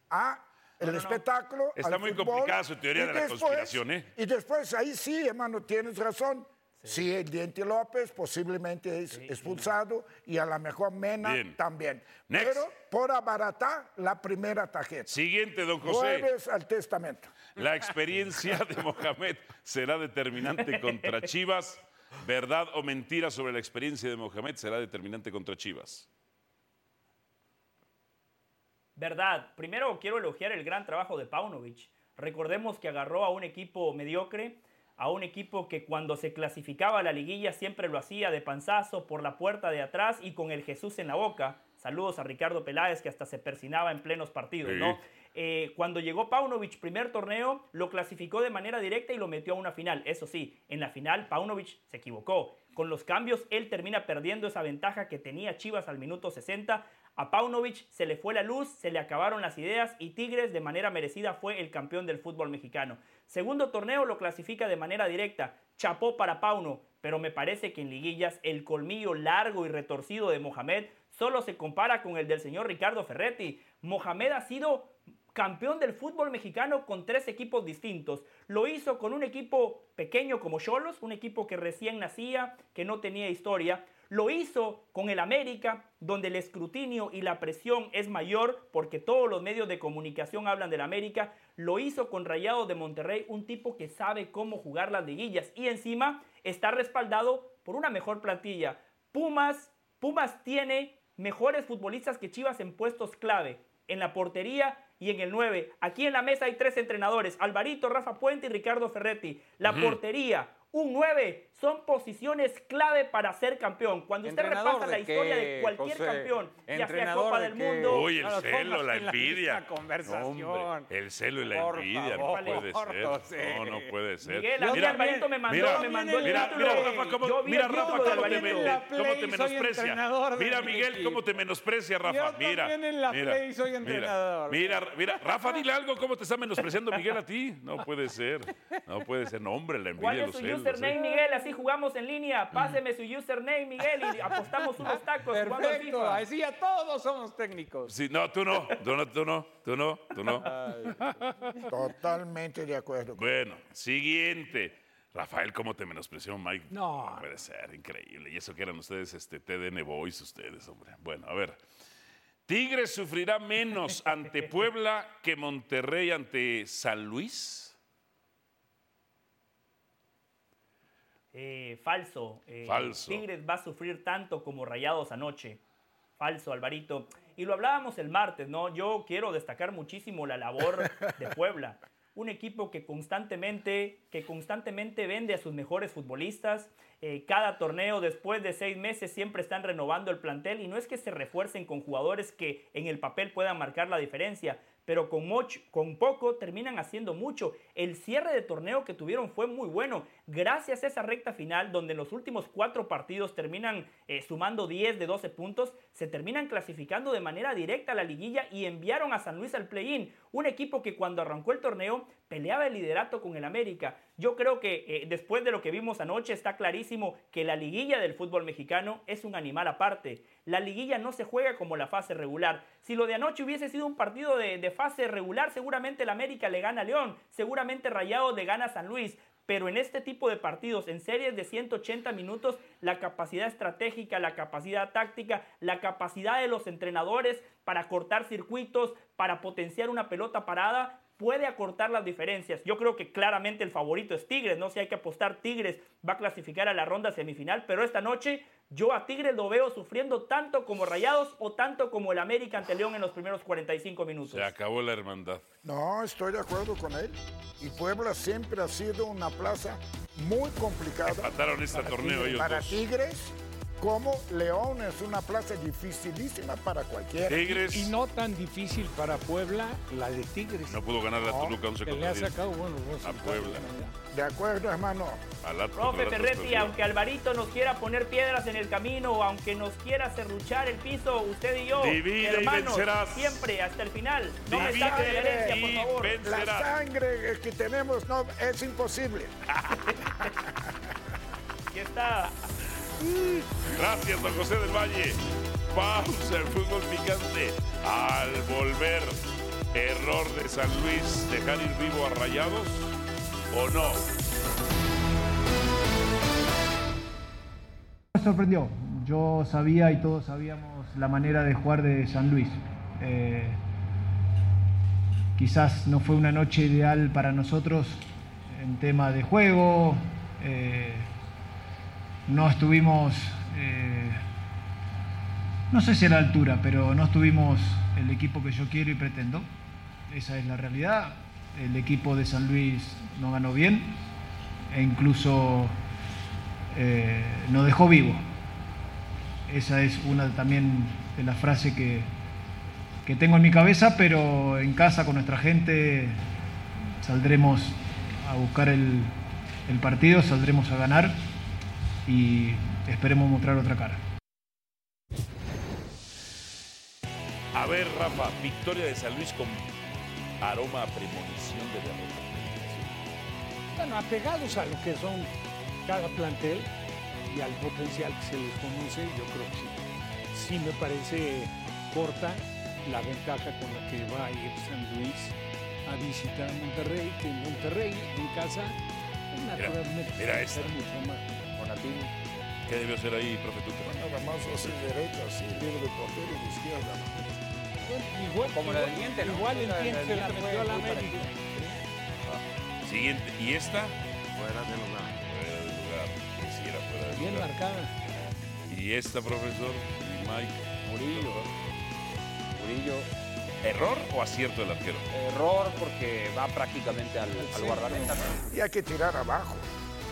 Speaker 7: a el espectáculo.
Speaker 3: Está
Speaker 7: al
Speaker 3: muy
Speaker 7: fútbol,
Speaker 3: complicada su teoría
Speaker 7: y
Speaker 3: de la conspiración, ¿eh?
Speaker 7: y después, ahí sí, hermano, tienes razón. Sí, el Diente López posiblemente es expulsado y a lo mejor Mena
Speaker 3: Bien.
Speaker 7: también.
Speaker 3: Next.
Speaker 7: Pero por abaratar la primera tarjeta.
Speaker 3: Siguiente, don José.
Speaker 7: Vuelves al testamento.
Speaker 3: La experiencia de Mohamed será determinante contra Chivas. ¿Verdad o mentira sobre la experiencia de Mohamed será determinante contra Chivas?
Speaker 11: Verdad. Primero quiero elogiar el gran trabajo de Paunovic. Recordemos que agarró a un equipo mediocre, a un equipo que cuando se clasificaba a la liguilla siempre lo hacía de panzazo por la puerta de atrás y con el Jesús en la boca. Saludos a Ricardo Peláez que hasta se persinaba en plenos partidos,
Speaker 3: Sí.
Speaker 11: ¿no? Eh, cuando llegó Paunovic, primer torneo, lo clasificó de manera directa y lo metió a una final. Eso sí, en la final Paunovic se equivocó. Con los cambios, él termina perdiendo esa ventaja que tenía Chivas al minuto 60. A Paunovic se le fue la luz, se le acabaron las ideas y Tigres de manera merecida fue el campeón del fútbol mexicano. Segundo torneo lo clasifica de manera directa. Chapó para Pauno, pero me parece que en liguillas el colmillo largo y retorcido de Mohamed solo se compara con el del señor Ricardo Ferretti. Mohamed ha sido campeón del fútbol mexicano con tres equipos distintos. Lo hizo con un equipo pequeño como Cholos, un equipo que recién nacía, que no tenía historia. Lo hizo con el América, donde el escrutinio y la presión es mayor porque todos los medios de comunicación hablan del América. Lo hizo con Rayados de Monterrey, un tipo que sabe cómo jugar las liguillas y encima está respaldado por una mejor plantilla. Pumas, Pumas tiene mejores futbolistas que Chivas en puestos clave, en la portería y en el 9. Aquí en la mesa hay tres entrenadores, Alvarito, Rafa Puente y Ricardo Ferretti. La portería, un 9. Son posiciones clave para ser campeón. Cuando usted
Speaker 4: ¿Entrenador
Speaker 11: repasa
Speaker 4: de
Speaker 11: la historia
Speaker 4: qué,
Speaker 11: de cualquier
Speaker 4: José?
Speaker 11: campeón, ya sea
Speaker 4: ¿Entrenador
Speaker 11: Copa
Speaker 4: de
Speaker 11: del
Speaker 4: qué?
Speaker 11: Mundo,
Speaker 3: Uy, el
Speaker 11: No los
Speaker 3: celo,
Speaker 11: pongas
Speaker 3: la
Speaker 11: en
Speaker 3: envidia.
Speaker 11: misma conversación.
Speaker 3: No, hombre, el celo y la
Speaker 11: Por
Speaker 3: envidia,
Speaker 11: favor,
Speaker 3: no puede
Speaker 11: por
Speaker 3: ser.
Speaker 11: José.
Speaker 3: No, no puede ser.
Speaker 11: Miguel, a mí Alvarito me mandó-
Speaker 3: mira,
Speaker 11: me mandó el
Speaker 3: mira,
Speaker 11: título.
Speaker 3: mira, Rafa, cómo,
Speaker 11: Yo vi
Speaker 3: mira,
Speaker 11: el
Speaker 3: Rafa, cómo
Speaker 11: título de
Speaker 3: te,
Speaker 11: Alvarito.
Speaker 3: vende,
Speaker 11: En la
Speaker 3: cómo te
Speaker 11: Play soy
Speaker 3: menosprecia.
Speaker 11: entrenador de
Speaker 3: Mira,
Speaker 11: mi
Speaker 3: Miguel,
Speaker 11: equipo.
Speaker 3: cómo te menosprecia, Rafa.
Speaker 11: Yo
Speaker 3: mira,
Speaker 11: también en la
Speaker 3: mira,
Speaker 11: Play soy
Speaker 3: mira,
Speaker 11: entrenador.
Speaker 3: Mira, mira, Rafa, dile algo, cómo te está menospreciando Miguel a ti. No puede ser. No puede ser. No, hombre, la envidia
Speaker 11: ¿Cuál
Speaker 3: de
Speaker 11: es
Speaker 3: los
Speaker 11: su
Speaker 3: celos.
Speaker 11: username,
Speaker 3: ¿eh?
Speaker 11: Miguel? Así jugamos en línea. Páseme su username, Miguel,
Speaker 4: *laughs*
Speaker 11: y apostamos unos tacos. jugando al
Speaker 4: Perfecto,
Speaker 11: FIFA.
Speaker 4: así ya todos somos técnicos.
Speaker 3: Sí, no, tú no, tú no, tú no, tú no, tú no.
Speaker 7: Totalmente de acuerdo.
Speaker 3: Bueno, siguiente. Rafael, ¿cómo te menospreció Mike? Ah,
Speaker 2: No.
Speaker 3: puede ser, increíble. Y eso que eran ustedes, este, TDN Boys, ustedes, hombre. Bueno, a ver. ¿Tigres sufrirá menos *laughs* ante Puebla que Monterrey ante San Luis?
Speaker 11: Eh, falso. Eh,
Speaker 3: Falso.
Speaker 11: Tigres va a sufrir tanto como Rayados anoche. Falso, Alvarito. Y lo hablábamos el martes, ¿no? Yo quiero destacar muchísimo la labor de Puebla. Un equipo que constantemente, que constantemente vende a sus mejores futbolistas. Eh, cada torneo, después de seis meses, siempre están renovando el plantel. Y no es que se refuercen con jugadores que en el papel puedan marcar la diferencia, pero con, mucho- con poco terminan haciendo mucho. El cierre de torneo que tuvieron fue muy bueno. Gracias a esa recta final, donde en los últimos cuatro partidos terminan eh, sumando 10 de 12 puntos, se terminan clasificando de manera directa a la liguilla y enviaron a San Luis al play-in. Un equipo que cuando arrancó el torneo peleaba el liderato con el América. Yo creo que eh, después de lo que vimos anoche está clarísimo que la liguilla del fútbol mexicano es un animal aparte. La liguilla no se juega como la fase regular. Si lo de anoche hubiese sido un partido de, de fase regular, seguramente el América le gana a León, seguramente Rayados le gana a San Luis. Pero en este tipo de partidos, en series de 180 minutos, la capacidad estratégica, la capacidad táctica, la capacidad de los entrenadores para cortar circuitos, para potenciar una pelota parada, puede acortar las diferencias. Yo creo que claramente el favorito es Tigres, no si hay que apostar Tigres va a clasificar a la ronda semifinal, pero esta noche yo a Tigres lo veo sufriendo tanto como Rayados o tanto como el América ante León en los primeros 45 minutos.
Speaker 3: Se acabó la hermandad.
Speaker 7: No, estoy de acuerdo con él. Y Puebla siempre ha sido una plaza muy complicada.
Speaker 3: Empataron este
Speaker 7: para
Speaker 3: torneo
Speaker 7: Tigres.
Speaker 3: ellos
Speaker 7: Para
Speaker 3: dos.
Speaker 7: Tigres, como León es una plaza dificilísima para cualquiera.
Speaker 2: Y no tan difícil para Puebla la de Tigres.
Speaker 3: No pudo ganar la
Speaker 2: No,
Speaker 3: Toluca 11
Speaker 2: que
Speaker 3: contra
Speaker 2: le ha
Speaker 3: 10.
Speaker 2: sacado buenos resultados.
Speaker 3: A Puebla.
Speaker 7: De acuerdo, hermano.
Speaker 3: Al Atlas
Speaker 11: Profe
Speaker 3: contra el Atlas
Speaker 11: Ferretti,
Speaker 3: perdió.
Speaker 11: aunque Alvarito nos quiera poner piedras en el camino, aunque nos quiera serruchar el piso, usted y yo,
Speaker 3: Divide y
Speaker 11: hermanos,
Speaker 3: vencerás.
Speaker 11: siempre hasta el final. No me
Speaker 3: Divide
Speaker 11: saquen la herencia, por
Speaker 3: y
Speaker 11: favor.
Speaker 7: La
Speaker 3: vencerás.
Speaker 7: sangre que tenemos no es imposible.
Speaker 11: Aquí está.
Speaker 3: Gracias, don José del Valle. Pausa el fútbol picante. Al volver, error de San Luis, dejar ir vivo a Rayados o no.
Speaker 12: Me sorprendió. Yo sabía y todos sabíamos la manera de jugar de San Luis. Eh, quizás no fue una noche ideal para nosotros en tema de juego. eh, no estuvimos, eh, no sé si a la altura, pero no estuvimos el equipo que yo quiero y pretendo. Esa es la realidad. El equipo de San Luis no ganó bien e incluso eh, nos dejó vivo. Esa es una también de las frases que, que tengo en mi cabeza, pero en casa con nuestra gente saldremos a buscar el, el partido, saldremos a ganar y esperemos mostrar otra cara.
Speaker 3: A ver, Rafa, victoria de San Luis con aroma a premonición de derrota.
Speaker 2: Bueno, apegados a lo que son cada plantel y al potencial que se les conoce, yo creo que sí. Sí me parece corta la ventaja con la que va a ir San Luis a visitar a Monterrey, que en Monterrey, en casa, naturalmente
Speaker 3: mira
Speaker 2: va a
Speaker 3: esta.
Speaker 2: ser mucho más.
Speaker 3: ¿Qué debió ser ahí, profe Tuca?
Speaker 7: Nada más así derecha, así libre de portero y de izquierda.
Speaker 2: Igual,
Speaker 4: Como la
Speaker 2: igual,
Speaker 4: del diente, ¿no?
Speaker 2: igual el
Speaker 4: La del
Speaker 2: diente se la
Speaker 4: diente
Speaker 2: metió a
Speaker 4: fue
Speaker 2: la
Speaker 4: muy
Speaker 2: América.
Speaker 3: Ah, Siguiente, ¿y esta? Fuera de lugar. Fuera de lugar, que sí era fuera de
Speaker 2: Bien
Speaker 3: lugar.
Speaker 2: marcada.
Speaker 3: ¿Y esta, profesor? ¿Y Mike?
Speaker 4: Murillo. Murillo.
Speaker 3: ¿Error o acierto del arquero?
Speaker 4: Error porque va prácticamente al, al guardameta.
Speaker 7: Y hay que tirar abajo.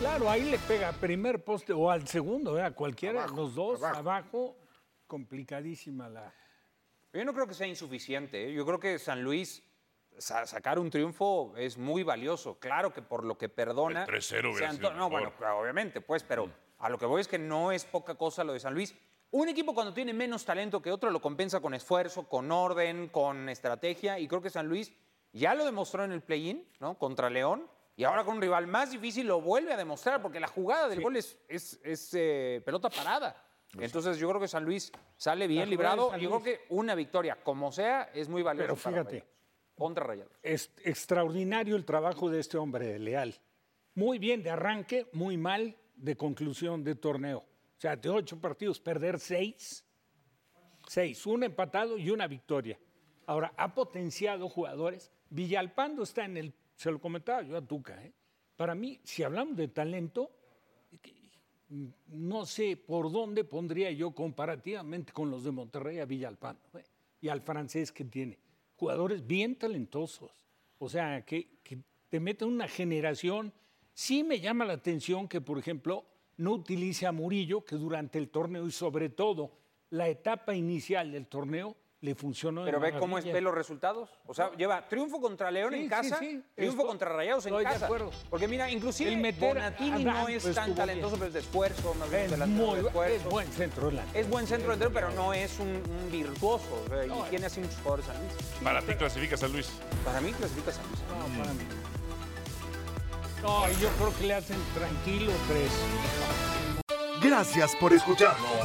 Speaker 2: Claro, ahí le pega primer poste o al segundo, ¿eh? a cualquiera, los dos abajo. complicadísima la.
Speaker 4: Yo no creo que sea insuficiente. ¿eh? Yo creo que San Luis sa- sacar un triunfo es muy valioso. Claro que por lo que perdona.
Speaker 3: El 3-0 hubiera
Speaker 4: se anto-
Speaker 3: sido
Speaker 4: No,
Speaker 3: mejor. Mm.
Speaker 4: bueno, claro, obviamente, pues, pero a lo que voy es que no es poca cosa lo de San Luis. Un equipo cuando tiene menos talento que otro lo compensa con esfuerzo, con orden, con estrategia. Y creo que San Luis ya lo demostró en el play-in, ¿no? Contra León. Y ahora con un rival más difícil lo vuelve a demostrar, porque la jugada del gol es, es- es, eh, pelota parada.
Speaker 3: Pues
Speaker 4: Entonces yo creo que San Luis sale bien
Speaker 2: jugada de
Speaker 4: librado.
Speaker 2: San
Speaker 4: y Yo creo
Speaker 2: Luis.
Speaker 4: que una victoria, como sea, es muy valiosa.
Speaker 2: Pero
Speaker 4: para
Speaker 2: fíjate.
Speaker 4: Rayados. Contra Rayados.
Speaker 2: Es extraordinario el trabajo de este hombre, de Leal. Muy bien de arranque, muy mal de conclusión de torneo. O sea, de ocho partidos, perder seis. Seis, un empatado y una victoria. Ahora, ha potenciado jugadores. Villalpando está en el, se lo comentaba yo a Tuca, ¿eh? para mí, si hablamos de talento, Mm, no sé por dónde pondría yo comparativamente con los de Monterrey a Villalpando ¿eh? y al francés que tiene. Jugadores bien talentosos. O sea, que, que te meten una generación. Sí me llama la atención que, por ejemplo, no utilice a Murillo, que durante el torneo y sobre todo la etapa inicial del torneo le funcionó. de
Speaker 4: Pero ve cómo
Speaker 2: maravilla.
Speaker 4: es ve los resultados. O sea, lleva triunfo contra León
Speaker 2: Sí,
Speaker 4: en
Speaker 2: sí,
Speaker 4: casa,
Speaker 2: sí.
Speaker 4: triunfo
Speaker 2: Estoy-
Speaker 4: contra Rayados en
Speaker 2: estoy de
Speaker 4: casa.
Speaker 2: acuerdo.
Speaker 4: Porque mira, inclusive
Speaker 2: El meter-
Speaker 4: Bonatini
Speaker 2: Adán,
Speaker 4: no es
Speaker 2: pues,
Speaker 4: tan
Speaker 2: estuvo
Speaker 4: talentoso,
Speaker 2: bien.
Speaker 4: pero es de esfuerzo, no es,
Speaker 2: Es muy es buen centro delantero.
Speaker 4: Es buen centro delantero, pero no es un, un virtuoso. o sea,
Speaker 2: No,
Speaker 4: y tiene así muchos jugadores San Luis.
Speaker 3: Para ti clasifica San Luis.
Speaker 4: Para mí clasifica San Luis.
Speaker 2: No, para mí. No, yo creo que le hacen tranquilo pues. tres.
Speaker 13: Gracias por escucharnos. E